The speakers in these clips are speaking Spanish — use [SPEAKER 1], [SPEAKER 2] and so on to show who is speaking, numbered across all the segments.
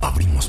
[SPEAKER 1] damos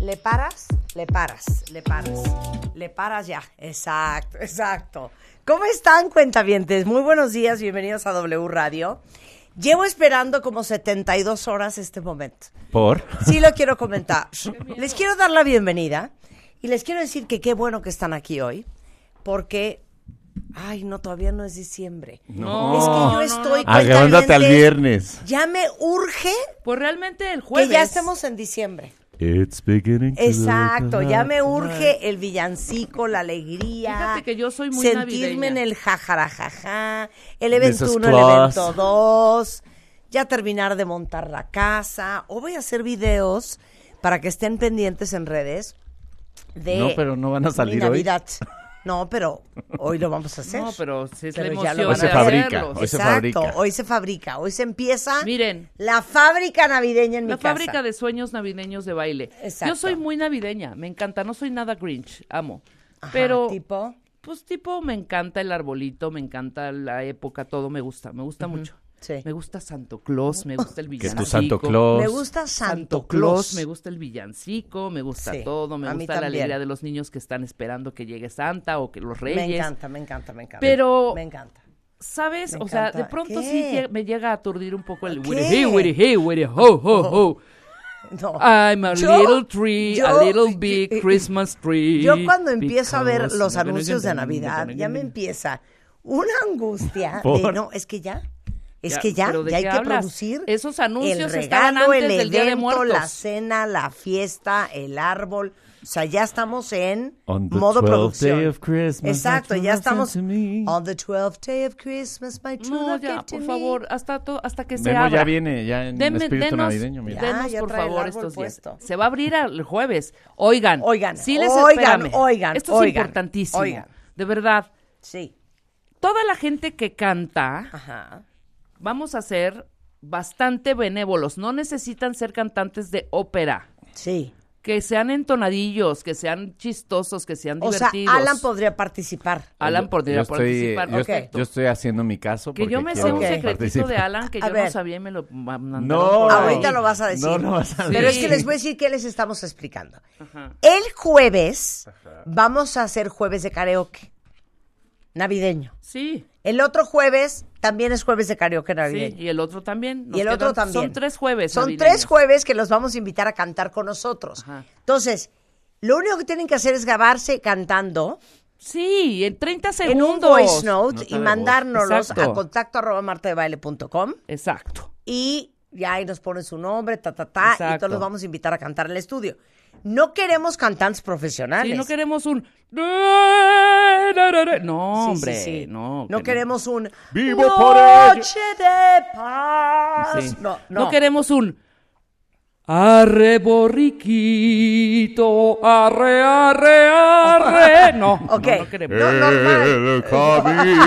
[SPEAKER 2] Le paras, le paras, le paras. Le paras ya. Exacto, exacto. ¿Cómo están, cuentavientes? Muy buenos días, bienvenidos a W Radio. Llevo esperando como 72 horas este momento.
[SPEAKER 3] Por.
[SPEAKER 2] Sí lo quiero comentar. Les quiero dar la bienvenida y les quiero decir que qué bueno que están aquí hoy, porque... Ay, no, todavía no es diciembre.
[SPEAKER 3] No.
[SPEAKER 2] Es que yo estoy...
[SPEAKER 3] Agárrate al
[SPEAKER 2] cuentavientes,
[SPEAKER 3] viernes.
[SPEAKER 2] Ya me urge
[SPEAKER 4] Pues realmente el jueves.
[SPEAKER 2] que ya estemos en diciembre.
[SPEAKER 3] It's beginning to
[SPEAKER 2] Exacto,
[SPEAKER 3] look
[SPEAKER 2] ya me
[SPEAKER 3] like-
[SPEAKER 2] urge el villancico, la alegría.
[SPEAKER 4] Fíjate que yo soy muy navideña.
[SPEAKER 2] Sentirme en el jajarajaja, el evento
[SPEAKER 3] Mrs.
[SPEAKER 2] 1, el
[SPEAKER 3] Claus.
[SPEAKER 2] evento 2, ya terminar de montar la casa, o voy a hacer videos para que estén pendientes en redes de
[SPEAKER 3] No, pero no van a salir
[SPEAKER 2] mi
[SPEAKER 3] hoy.
[SPEAKER 2] Navidad. No, pero hoy lo vamos a hacer.
[SPEAKER 4] No, pero sí es
[SPEAKER 2] Pero
[SPEAKER 4] la
[SPEAKER 2] ya lo
[SPEAKER 4] emoción
[SPEAKER 2] van a
[SPEAKER 4] de
[SPEAKER 2] hacer. Hoy
[SPEAKER 3] se fabrica,
[SPEAKER 4] hacerlo.
[SPEAKER 3] hoy se
[SPEAKER 2] Exacto,
[SPEAKER 3] fabrica.
[SPEAKER 2] Hoy se fabrica, hoy se empieza
[SPEAKER 4] Miren.
[SPEAKER 2] la fábrica navideña en mi
[SPEAKER 4] La
[SPEAKER 2] casa.
[SPEAKER 4] fábrica de sueños navideños de baile.
[SPEAKER 2] Exacto.
[SPEAKER 4] Yo soy muy navideña, me encanta, no soy nada Grinch, amo.
[SPEAKER 2] Ajá,
[SPEAKER 4] pero
[SPEAKER 2] tipo
[SPEAKER 4] pues tipo me encanta el arbolito, me encanta la época, todo me gusta, me gusta mucho.
[SPEAKER 2] sí.
[SPEAKER 4] Me gusta Santo Claus, me gusta el
[SPEAKER 3] Que
[SPEAKER 4] villancico.
[SPEAKER 3] tu Santo Claus.
[SPEAKER 2] Me gusta Santo Claus.
[SPEAKER 4] Claus, me gusta el villancico, me gusta
[SPEAKER 2] Sí,
[SPEAKER 4] todo, me
[SPEAKER 2] a mí
[SPEAKER 4] gusta la
[SPEAKER 2] también.
[SPEAKER 4] alegría de los niños que están esperando que llegue Santa o que los Reyes.
[SPEAKER 2] Me encanta, me encanta, me encanta.
[SPEAKER 4] Pero-
[SPEAKER 2] Me encanta.
[SPEAKER 4] ¿Sabes?
[SPEAKER 2] Me
[SPEAKER 4] o sea,
[SPEAKER 2] encanta.
[SPEAKER 4] de pronto
[SPEAKER 2] ¿Qué?
[SPEAKER 4] sí lle- me llega a aturdir un poco el
[SPEAKER 2] ¿Qué?
[SPEAKER 4] witty hey, witty hey, witty ho, ho, ho.
[SPEAKER 2] No.
[SPEAKER 4] I'm a
[SPEAKER 2] Yo-
[SPEAKER 4] little tree,
[SPEAKER 2] yo- eh,
[SPEAKER 4] a little big Christmas tree.
[SPEAKER 2] Yo cuando empiezo a ver
[SPEAKER 4] because-
[SPEAKER 2] los anuncios de Navidad, ya me empieza una angustia de
[SPEAKER 3] ¿Por?
[SPEAKER 2] no, es que ya, es
[SPEAKER 4] Ya,
[SPEAKER 2] que ya,
[SPEAKER 4] ¿pero de
[SPEAKER 2] ya hay
[SPEAKER 4] qué
[SPEAKER 2] que
[SPEAKER 4] hablas?
[SPEAKER 2] producir
[SPEAKER 4] Esos
[SPEAKER 2] el
[SPEAKER 4] anuncios estaban
[SPEAKER 2] regalo,
[SPEAKER 4] antes
[SPEAKER 2] el
[SPEAKER 4] del Día de
[SPEAKER 2] evento, la
[SPEAKER 4] Muertos.
[SPEAKER 2] cena, la fiesta, el árbol. O sea, ya estamos en
[SPEAKER 3] On the
[SPEAKER 2] modo
[SPEAKER 3] 12th
[SPEAKER 2] producción.
[SPEAKER 3] day of Christmas,
[SPEAKER 2] Exacto,
[SPEAKER 3] my true
[SPEAKER 2] ya
[SPEAKER 3] love
[SPEAKER 2] estamos
[SPEAKER 3] sent to me.
[SPEAKER 2] on the 12th day of Christmas, my true
[SPEAKER 4] No,
[SPEAKER 2] love
[SPEAKER 4] ya,
[SPEAKER 2] gave to
[SPEAKER 4] por
[SPEAKER 2] me.
[SPEAKER 4] favor, hasta, to- hasta que se
[SPEAKER 3] Memo
[SPEAKER 4] abra.
[SPEAKER 3] ya viene, ya en
[SPEAKER 4] Denme-
[SPEAKER 3] espíritu
[SPEAKER 4] denos,
[SPEAKER 3] navideño. mira.
[SPEAKER 2] Ya.
[SPEAKER 4] denos,
[SPEAKER 2] ya
[SPEAKER 4] por
[SPEAKER 2] trae el
[SPEAKER 4] favor,
[SPEAKER 2] Ah, árbol
[SPEAKER 4] estos días.
[SPEAKER 2] puesto.
[SPEAKER 4] Se va a abrir el jueves. Oigan,
[SPEAKER 2] Oigan,
[SPEAKER 4] sí les
[SPEAKER 2] oigan,
[SPEAKER 4] espérame.
[SPEAKER 2] oigan,
[SPEAKER 4] Esto es
[SPEAKER 2] oigan,
[SPEAKER 4] importantísimo.
[SPEAKER 2] oigan.
[SPEAKER 4] De verdad,
[SPEAKER 2] Sí.
[SPEAKER 4] toda la gente que canta,
[SPEAKER 2] Ajá.
[SPEAKER 4] vamos a ser bastante benévolos. No necesitan ser cantantes de ópera.
[SPEAKER 2] Sí.
[SPEAKER 4] Que sean entonadillos, que sean chistosos, que sean
[SPEAKER 2] O sea,
[SPEAKER 4] divertidos.
[SPEAKER 2] Alan podría participar.
[SPEAKER 4] Alan
[SPEAKER 3] Yo-
[SPEAKER 4] podría
[SPEAKER 3] yo estoy,
[SPEAKER 4] participar.
[SPEAKER 3] Yo,
[SPEAKER 2] Ok.
[SPEAKER 3] estoy- yo estoy haciendo mi caso.
[SPEAKER 4] Que
[SPEAKER 3] porque
[SPEAKER 4] yo me sé
[SPEAKER 3] quiero
[SPEAKER 4] un
[SPEAKER 2] Ok.
[SPEAKER 4] secretito
[SPEAKER 3] participar.
[SPEAKER 4] de Alan que
[SPEAKER 2] A
[SPEAKER 4] yo
[SPEAKER 2] ver.
[SPEAKER 4] no sabía y me lo mandaron
[SPEAKER 3] No,
[SPEAKER 4] por ahí.
[SPEAKER 2] Ahorita lo vas a decir.
[SPEAKER 3] No lo vas a decir.
[SPEAKER 2] Pero es
[SPEAKER 4] Sí.
[SPEAKER 2] que les voy a decir qué les estamos explicando.
[SPEAKER 4] Ajá.
[SPEAKER 2] El jueves vamos a hacer jueves de karaoke navideño.
[SPEAKER 4] Sí,
[SPEAKER 2] El otro jueves también es jueves de karaoke
[SPEAKER 4] sí,
[SPEAKER 2] navideño.
[SPEAKER 4] y el otro también. Nos
[SPEAKER 2] y el otro
[SPEAKER 4] quedan-
[SPEAKER 2] también.
[SPEAKER 4] Son tres jueves.
[SPEAKER 2] Son
[SPEAKER 4] navideños.
[SPEAKER 2] tres jueves que los vamos a invitar a cantar con nosotros.
[SPEAKER 4] Ajá.
[SPEAKER 2] Entonces, lo único que tienen que hacer es grabarse cantando
[SPEAKER 4] Sí, en 30
[SPEAKER 2] en un
[SPEAKER 4] segundos.
[SPEAKER 2] voice note
[SPEAKER 3] Nota
[SPEAKER 2] y
[SPEAKER 3] de voz.
[SPEAKER 2] mandárnoslos a
[SPEAKER 4] Exacto.
[SPEAKER 2] contacto arroba martadebaile.com.
[SPEAKER 4] Exacto.
[SPEAKER 2] y ya ahí nos ponen su nombre, ta, ta, ta, y
[SPEAKER 4] Exacto.
[SPEAKER 2] todos los vamos a invitar a cantar al estudio. No queremos cantantes profesionales.
[SPEAKER 4] Sí, no queremos un... No,
[SPEAKER 2] Sí, sí,
[SPEAKER 4] hombre,
[SPEAKER 2] sí.
[SPEAKER 4] no. que
[SPEAKER 2] queremos un
[SPEAKER 3] Vivo
[SPEAKER 2] Noche
[SPEAKER 3] por ello.
[SPEAKER 2] de paz.
[SPEAKER 4] Sí.
[SPEAKER 2] No, no.
[SPEAKER 4] No queremos un arreborriquito, arre, arre, arre. No,
[SPEAKER 2] Ok. Eh.
[SPEAKER 4] no, no queremos.
[SPEAKER 2] No, normal.
[SPEAKER 3] El camino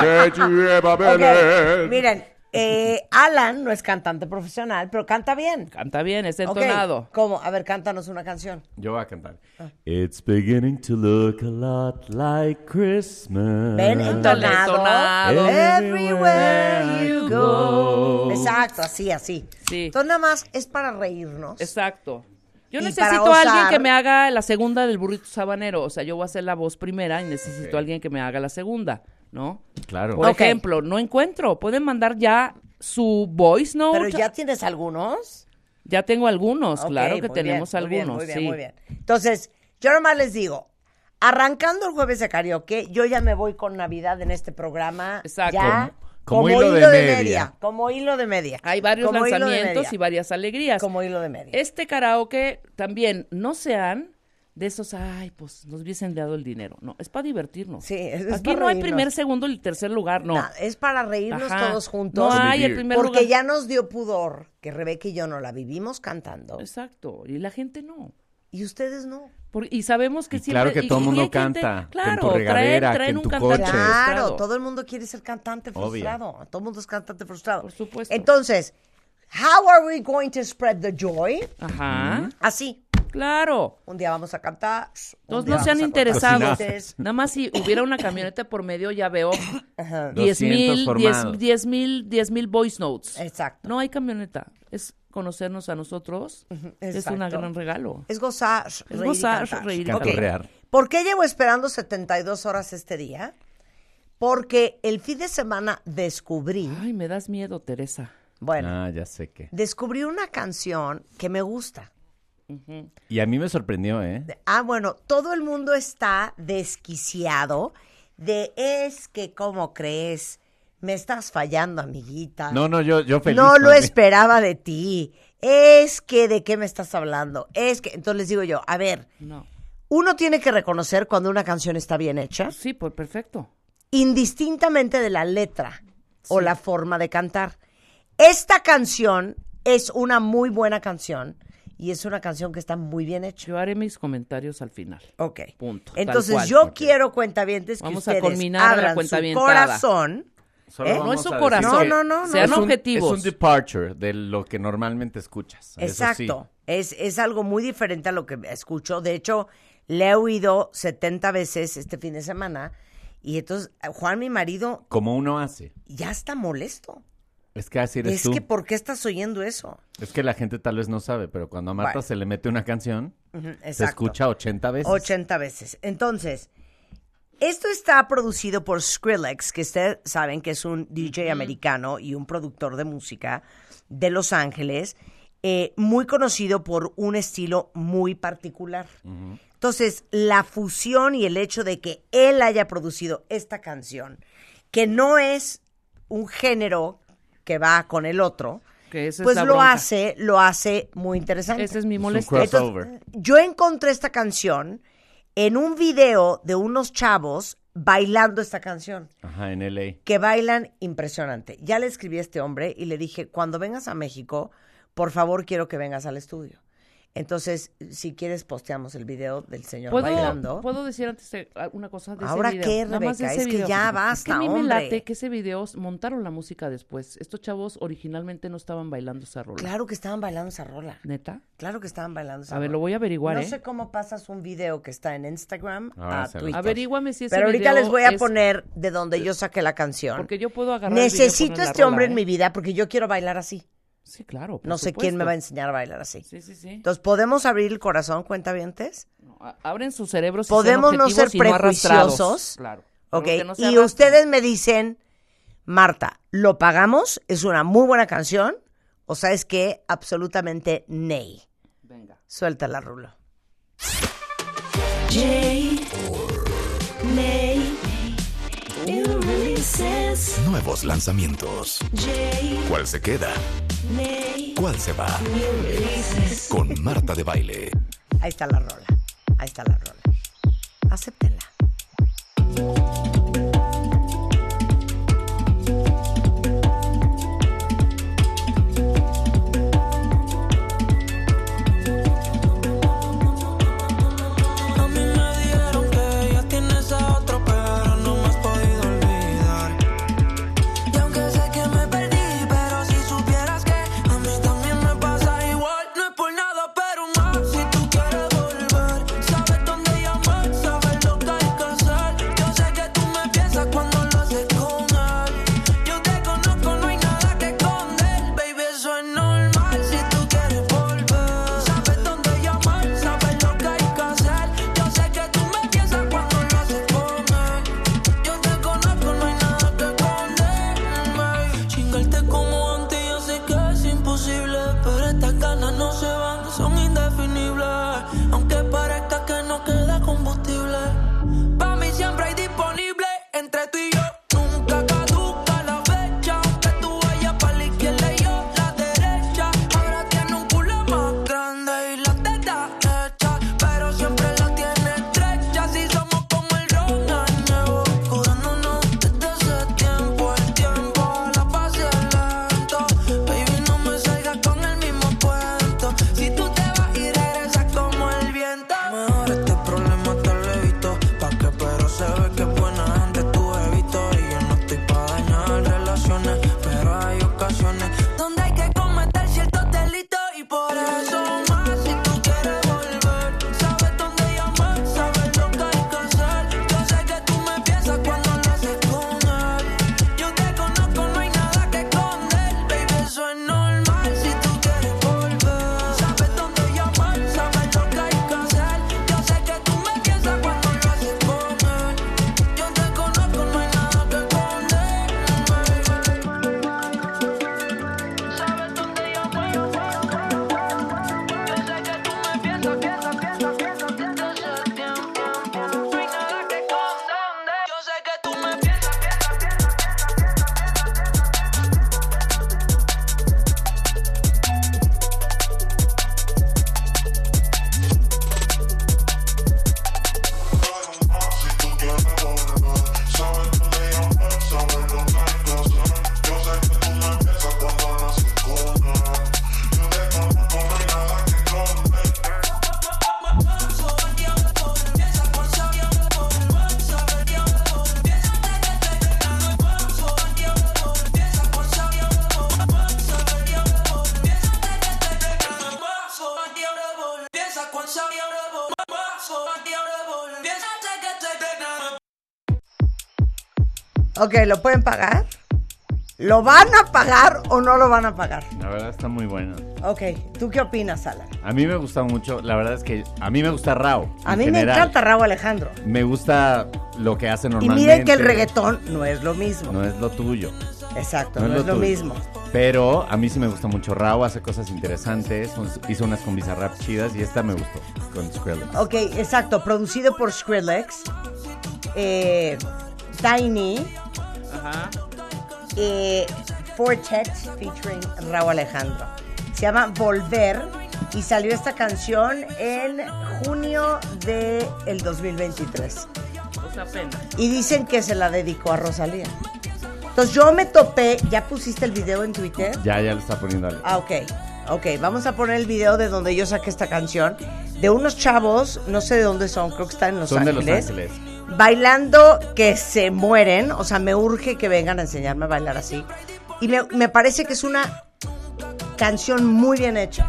[SPEAKER 3] que lleva
[SPEAKER 2] Ok,
[SPEAKER 3] Belén.
[SPEAKER 2] Miren, eh, Alan no es cantante profesional, pero canta bien.
[SPEAKER 4] Canta bien, es
[SPEAKER 2] Ok,
[SPEAKER 4] entonado.
[SPEAKER 2] ¿Cómo? A ver, cántanos una canción.
[SPEAKER 3] Yo voy a cantar.
[SPEAKER 4] Ah.
[SPEAKER 3] It's beginning to look a lot like Christmas.
[SPEAKER 2] Ven,
[SPEAKER 4] Ándale,
[SPEAKER 2] entonado.
[SPEAKER 4] entonado.
[SPEAKER 2] Everywhere you
[SPEAKER 4] you
[SPEAKER 2] go.
[SPEAKER 4] go.
[SPEAKER 2] Exacto, así, así.
[SPEAKER 4] Sí.
[SPEAKER 2] Entonces, nada más es para reírnos.
[SPEAKER 4] Exacto. Yo
[SPEAKER 2] Y para
[SPEAKER 4] necesito a
[SPEAKER 2] gozar-
[SPEAKER 4] alguien que me haga la segunda del burrito sabanero. O sea, yo voy a hacer la voz primera y necesito a alguien que me haga la segunda, ¿no?
[SPEAKER 3] Claro.
[SPEAKER 4] Por
[SPEAKER 2] Ok.
[SPEAKER 4] ejemplo, no encuentro. Pueden mandar ya su voice note.
[SPEAKER 2] Pero ya tienes algunos.
[SPEAKER 4] Ya tengo algunos,
[SPEAKER 2] Ok,
[SPEAKER 4] Pues claro que
[SPEAKER 2] muy
[SPEAKER 4] tenemos
[SPEAKER 2] bien, muy bien,
[SPEAKER 4] algunos.
[SPEAKER 2] Muy bien,
[SPEAKER 4] sí.
[SPEAKER 2] muy bien. Entonces, yo nomás les digo, arrancando el jueves de karaoke, yo ya me voy con Navidad en este programa.
[SPEAKER 4] Exacto.
[SPEAKER 2] ya,
[SPEAKER 3] Como- como hilo de media.
[SPEAKER 2] Como hilo de media.
[SPEAKER 4] Hay varios
[SPEAKER 2] Como hilo de
[SPEAKER 4] lanzamientos
[SPEAKER 2] media.
[SPEAKER 4] y varias alegrías.
[SPEAKER 2] Como hilo de media.
[SPEAKER 4] Este karaoke también no sean de esos, ay, pues nos hubiesen dado el dinero. No, es para divertirnos.
[SPEAKER 2] Sí, es- es
[SPEAKER 4] Aquí
[SPEAKER 2] para
[SPEAKER 4] no hay
[SPEAKER 2] reírnos.
[SPEAKER 4] primer, segundo y tercer lugar, no.
[SPEAKER 2] Na- es para reírnos
[SPEAKER 4] Ajá.
[SPEAKER 2] todos
[SPEAKER 4] No
[SPEAKER 2] juntos.
[SPEAKER 4] hay el
[SPEAKER 3] Convivir.
[SPEAKER 4] primer
[SPEAKER 2] porque
[SPEAKER 4] lugar.
[SPEAKER 2] ya nos dio pudor que Rebeca y yo no la vivimos cantando
[SPEAKER 4] Exacto, y la gente no.
[SPEAKER 2] y ustedes no.
[SPEAKER 4] Por- y sabemos que
[SPEAKER 5] Y
[SPEAKER 4] siempre...
[SPEAKER 5] claro que
[SPEAKER 4] y-
[SPEAKER 5] todo
[SPEAKER 4] y- y
[SPEAKER 5] mundo
[SPEAKER 4] hay gente-
[SPEAKER 5] canta, que en
[SPEAKER 4] claro,
[SPEAKER 5] tu
[SPEAKER 4] traen-
[SPEAKER 5] regadera, que
[SPEAKER 4] traen
[SPEAKER 5] en
[SPEAKER 4] un
[SPEAKER 5] tu
[SPEAKER 4] cantante
[SPEAKER 5] coche.
[SPEAKER 2] Claro,
[SPEAKER 4] frustrado.
[SPEAKER 2] todo el mundo quiere ser cantante
[SPEAKER 5] Obvio.
[SPEAKER 2] frustrado. Todo el mundo es cantante frustrado.
[SPEAKER 4] Por supuesto.
[SPEAKER 2] Entonces, how are we going to spread the joy?
[SPEAKER 4] Ajá,
[SPEAKER 2] Así.
[SPEAKER 4] claro.
[SPEAKER 2] Un día vamos a cantar. un
[SPEAKER 4] Entonces
[SPEAKER 2] día
[SPEAKER 4] no sean
[SPEAKER 2] vamos a contar
[SPEAKER 4] interesados.
[SPEAKER 2] chistes.
[SPEAKER 4] Nada más si hubiera una camioneta por medio, ya veo 10
[SPEAKER 5] 200
[SPEAKER 4] mil, 10
[SPEAKER 5] formados.
[SPEAKER 4] diez mil, diez mil voice notes.
[SPEAKER 2] Exacto.
[SPEAKER 4] No hay camioneta. Es conocernos a nosotros. Es un
[SPEAKER 2] exacto.
[SPEAKER 4] gran regalo.
[SPEAKER 2] Es gozar, reír y
[SPEAKER 4] gozar,
[SPEAKER 2] cantar.
[SPEAKER 4] reír y
[SPEAKER 2] Ok.
[SPEAKER 5] cantar.
[SPEAKER 2] ¿Por qué llevo esperando 72 horas este día? Porque el fin de semana descubrí,
[SPEAKER 4] Ay, me das miedo, Teresa.
[SPEAKER 2] bueno,
[SPEAKER 5] Ah, ya sé que.
[SPEAKER 2] descubrí una canción que me gusta.
[SPEAKER 5] Y a mí me sorprendió, ¿eh?
[SPEAKER 2] Ah, bueno, todo el mundo está desquiciado de es que cómo crees, me estás fallando, amiguita.
[SPEAKER 5] No, no, yo, yo feliz.
[SPEAKER 2] No lo
[SPEAKER 5] porque-
[SPEAKER 2] esperaba de ti. Es que de qué me estás hablando. Es que entonces les digo yo, a ver,
[SPEAKER 4] No.
[SPEAKER 2] uno tiene que reconocer cuando una canción está bien hecha,
[SPEAKER 4] Sí, pues perfecto.
[SPEAKER 2] indistintamente de la letra o la forma de cantar. Esta canción es una muy buena canción y es una canción que está muy bien hecha.
[SPEAKER 4] Yo haré mis comentarios al final.
[SPEAKER 2] Ok.
[SPEAKER 4] Punto, tal
[SPEAKER 2] Entonces
[SPEAKER 4] cual.
[SPEAKER 2] yo quiero cuentavientes que
[SPEAKER 4] Vamos a
[SPEAKER 2] ustedes
[SPEAKER 4] culminar a la
[SPEAKER 2] abran su
[SPEAKER 4] cuentavientada.
[SPEAKER 2] corazón.
[SPEAKER 5] Solo
[SPEAKER 2] ¿Eh?
[SPEAKER 5] vamos
[SPEAKER 4] No es su
[SPEAKER 5] a decir
[SPEAKER 4] corazón.
[SPEAKER 5] que
[SPEAKER 2] No, no, no, no.
[SPEAKER 4] Sean
[SPEAKER 5] es un-
[SPEAKER 4] objetivos.
[SPEAKER 5] es un departure de lo que normalmente escuchas. eso sí.
[SPEAKER 2] Exacto. Es, es algo muy diferente a lo que escucho. De hecho, le he oído 70 veces este fin de semana. Y entonces, Juan, mi marido,
[SPEAKER 5] Como uno hace.
[SPEAKER 2] ya está molesto.
[SPEAKER 5] Es que así eres
[SPEAKER 2] Es
[SPEAKER 5] tú.
[SPEAKER 2] que, ¿por qué estás oyendo eso?
[SPEAKER 5] Es que la gente tal vez no sabe, pero cuando a Marta
[SPEAKER 2] Bueno.
[SPEAKER 5] se le mete una canción,
[SPEAKER 2] Ujú,
[SPEAKER 5] se
[SPEAKER 2] Exacto.
[SPEAKER 5] escucha 80 veces.
[SPEAKER 2] 80 veces. Entonces, esto está producido por Skrillex, que ustedes saben que es un DJ americano y un productor de música de Los Ángeles, eh, muy conocido por un estilo muy particular. Entonces, la fusión y el hecho de que él haya producido esta canción, que no es un género que va con el otro,
[SPEAKER 4] Que esa es
[SPEAKER 2] pues
[SPEAKER 4] la
[SPEAKER 2] lo
[SPEAKER 4] bronca.
[SPEAKER 2] hace, lo hace muy interesante.
[SPEAKER 4] Esa es mi
[SPEAKER 5] Es un
[SPEAKER 4] molestia.
[SPEAKER 5] crossover.
[SPEAKER 2] Entonces, yo encontré esta canción en un video de unos chavos bailando esta canción,
[SPEAKER 5] Ajá, en LA.
[SPEAKER 2] que bailan impresionante. Ya le escribí a este hombre y le dije, cuando vengas a México, por favor quiero que vengas al estudio. Entonces, si quieres, posteamos el video del señor bailando.
[SPEAKER 4] ¿Puedo, ¿Puedo decir antes de- ah, una cosa de
[SPEAKER 2] ¿Ahora
[SPEAKER 4] ese video?
[SPEAKER 2] qué,
[SPEAKER 4] Nada más de
[SPEAKER 2] Rebeca?
[SPEAKER 4] ese
[SPEAKER 2] Es que
[SPEAKER 4] video.
[SPEAKER 2] ya
[SPEAKER 4] que
[SPEAKER 2] basta,
[SPEAKER 4] a mí me
[SPEAKER 2] hombre.
[SPEAKER 4] late que ese video s- montaron la música después. Estos chavos originalmente no estaban bailando esa rola.
[SPEAKER 2] Claro que estaban bailando esa rola.
[SPEAKER 4] ¿Neta?
[SPEAKER 2] Claro que estaban bailando esa
[SPEAKER 4] A ver,
[SPEAKER 2] rola.
[SPEAKER 4] lo voy a averiguar,
[SPEAKER 2] No
[SPEAKER 4] ¿eh?
[SPEAKER 2] sé cómo pasas un video que está en Instagram
[SPEAKER 5] Ahora
[SPEAKER 2] a
[SPEAKER 5] Ah, se lo-
[SPEAKER 2] Twitter.
[SPEAKER 4] Averíguame si ese
[SPEAKER 2] Pero ahorita
[SPEAKER 4] video
[SPEAKER 2] les voy a
[SPEAKER 4] es-
[SPEAKER 2] poner de donde yo saqué la canción.
[SPEAKER 4] Porque yo puedo agarrar el video y
[SPEAKER 2] Necesito
[SPEAKER 4] poner la
[SPEAKER 2] este hombre
[SPEAKER 4] rola,
[SPEAKER 2] en
[SPEAKER 4] ¿eh?
[SPEAKER 2] mi vida porque yo quiero bailar así.
[SPEAKER 4] Sí, claro. por
[SPEAKER 2] No sé quién me va a
[SPEAKER 4] supuesto.
[SPEAKER 2] enseñar a bailar así.
[SPEAKER 4] Sí, sí, sí.
[SPEAKER 2] Entonces, ¿podemos abrir el corazón, cuentavientes?
[SPEAKER 4] No, a- abren sus cerebros. y
[SPEAKER 2] Podemos
[SPEAKER 4] sean
[SPEAKER 2] no ser
[SPEAKER 4] objetivos y arrastrados.
[SPEAKER 2] prejuiciosos.
[SPEAKER 4] claro. Pero
[SPEAKER 2] Ok.
[SPEAKER 4] que no se
[SPEAKER 2] y
[SPEAKER 4] arrastren.
[SPEAKER 2] ustedes me dicen, Marta, ¿lo pagamos? ¿Es una muy buena canción? ¿O sabes qué? Absolutamente ney.
[SPEAKER 4] Venga.
[SPEAKER 2] Suéltala, Rulo.
[SPEAKER 1] Nuevos lanzamientos. ¿Cuál se queda? ¿Cuál se va? Con Marta de Baile.
[SPEAKER 2] Ahí está la rola. Ahí está la rola. Acéptenla.
[SPEAKER 6] A mí me dijeron que ya tienes a otro, pero no me has podido olvidar. Y aunque sé que me perdí, pero si supieras que a mí también me pasa igual, no es por nada, pero más. Si tú quieres volver, sabes dónde llamar, sabes lo que hay que hacer. Yo sé que tú me este
[SPEAKER 2] Ok, ¿lo pueden pagar? ¿Lo van a pagar o no lo van a pagar?
[SPEAKER 5] La verdad está muy buena.
[SPEAKER 2] Ok, ¿tú qué opinas, Alan?
[SPEAKER 5] A mí me gusta mucho. La verdad es que a mí me gusta Rao.
[SPEAKER 2] A
[SPEAKER 5] en
[SPEAKER 2] mí me
[SPEAKER 5] general.
[SPEAKER 2] encanta Raúl Alejandro.
[SPEAKER 5] Me gusta lo que hace
[SPEAKER 2] Y
[SPEAKER 5] normalmente.
[SPEAKER 2] miren que el reggaetón no es lo mismo.
[SPEAKER 5] No es lo tuyo.
[SPEAKER 2] Exacto, no, es lo,
[SPEAKER 5] tuyo.
[SPEAKER 2] mismo.
[SPEAKER 5] Pero a mí sí me gusta mucho Rao, hace cosas interesantes, hizo unas con Bizarrap chidas y esta me gustó, con Skrillex.
[SPEAKER 2] Ok, exacto, producido por Skrillex, eh, Tiny,
[SPEAKER 4] Ajá.
[SPEAKER 2] eh, Fortet featuring Raúl Alejandro. Se llama Volver y salió esta canción en junio del el 2023.
[SPEAKER 4] O sea, apenas.
[SPEAKER 2] Y dicen que se la dedicó a Rosalía. Entonces yo me topé, ¿ya pusiste el video en Twitter?
[SPEAKER 5] Ya, ya lo está poniendo Ale.
[SPEAKER 2] Ah, ok. Ok, vamos a poner el video de donde yo saqué esta canción. De unos chavos, no sé de dónde son, creo que están en Los
[SPEAKER 5] Son de
[SPEAKER 2] Ángeles.
[SPEAKER 5] Los Ángeles.
[SPEAKER 2] Bailando que se mueren. O sea, me urge que vengan a enseñarme a bailar así. Y me, me parece que es una canción muy bien hecha.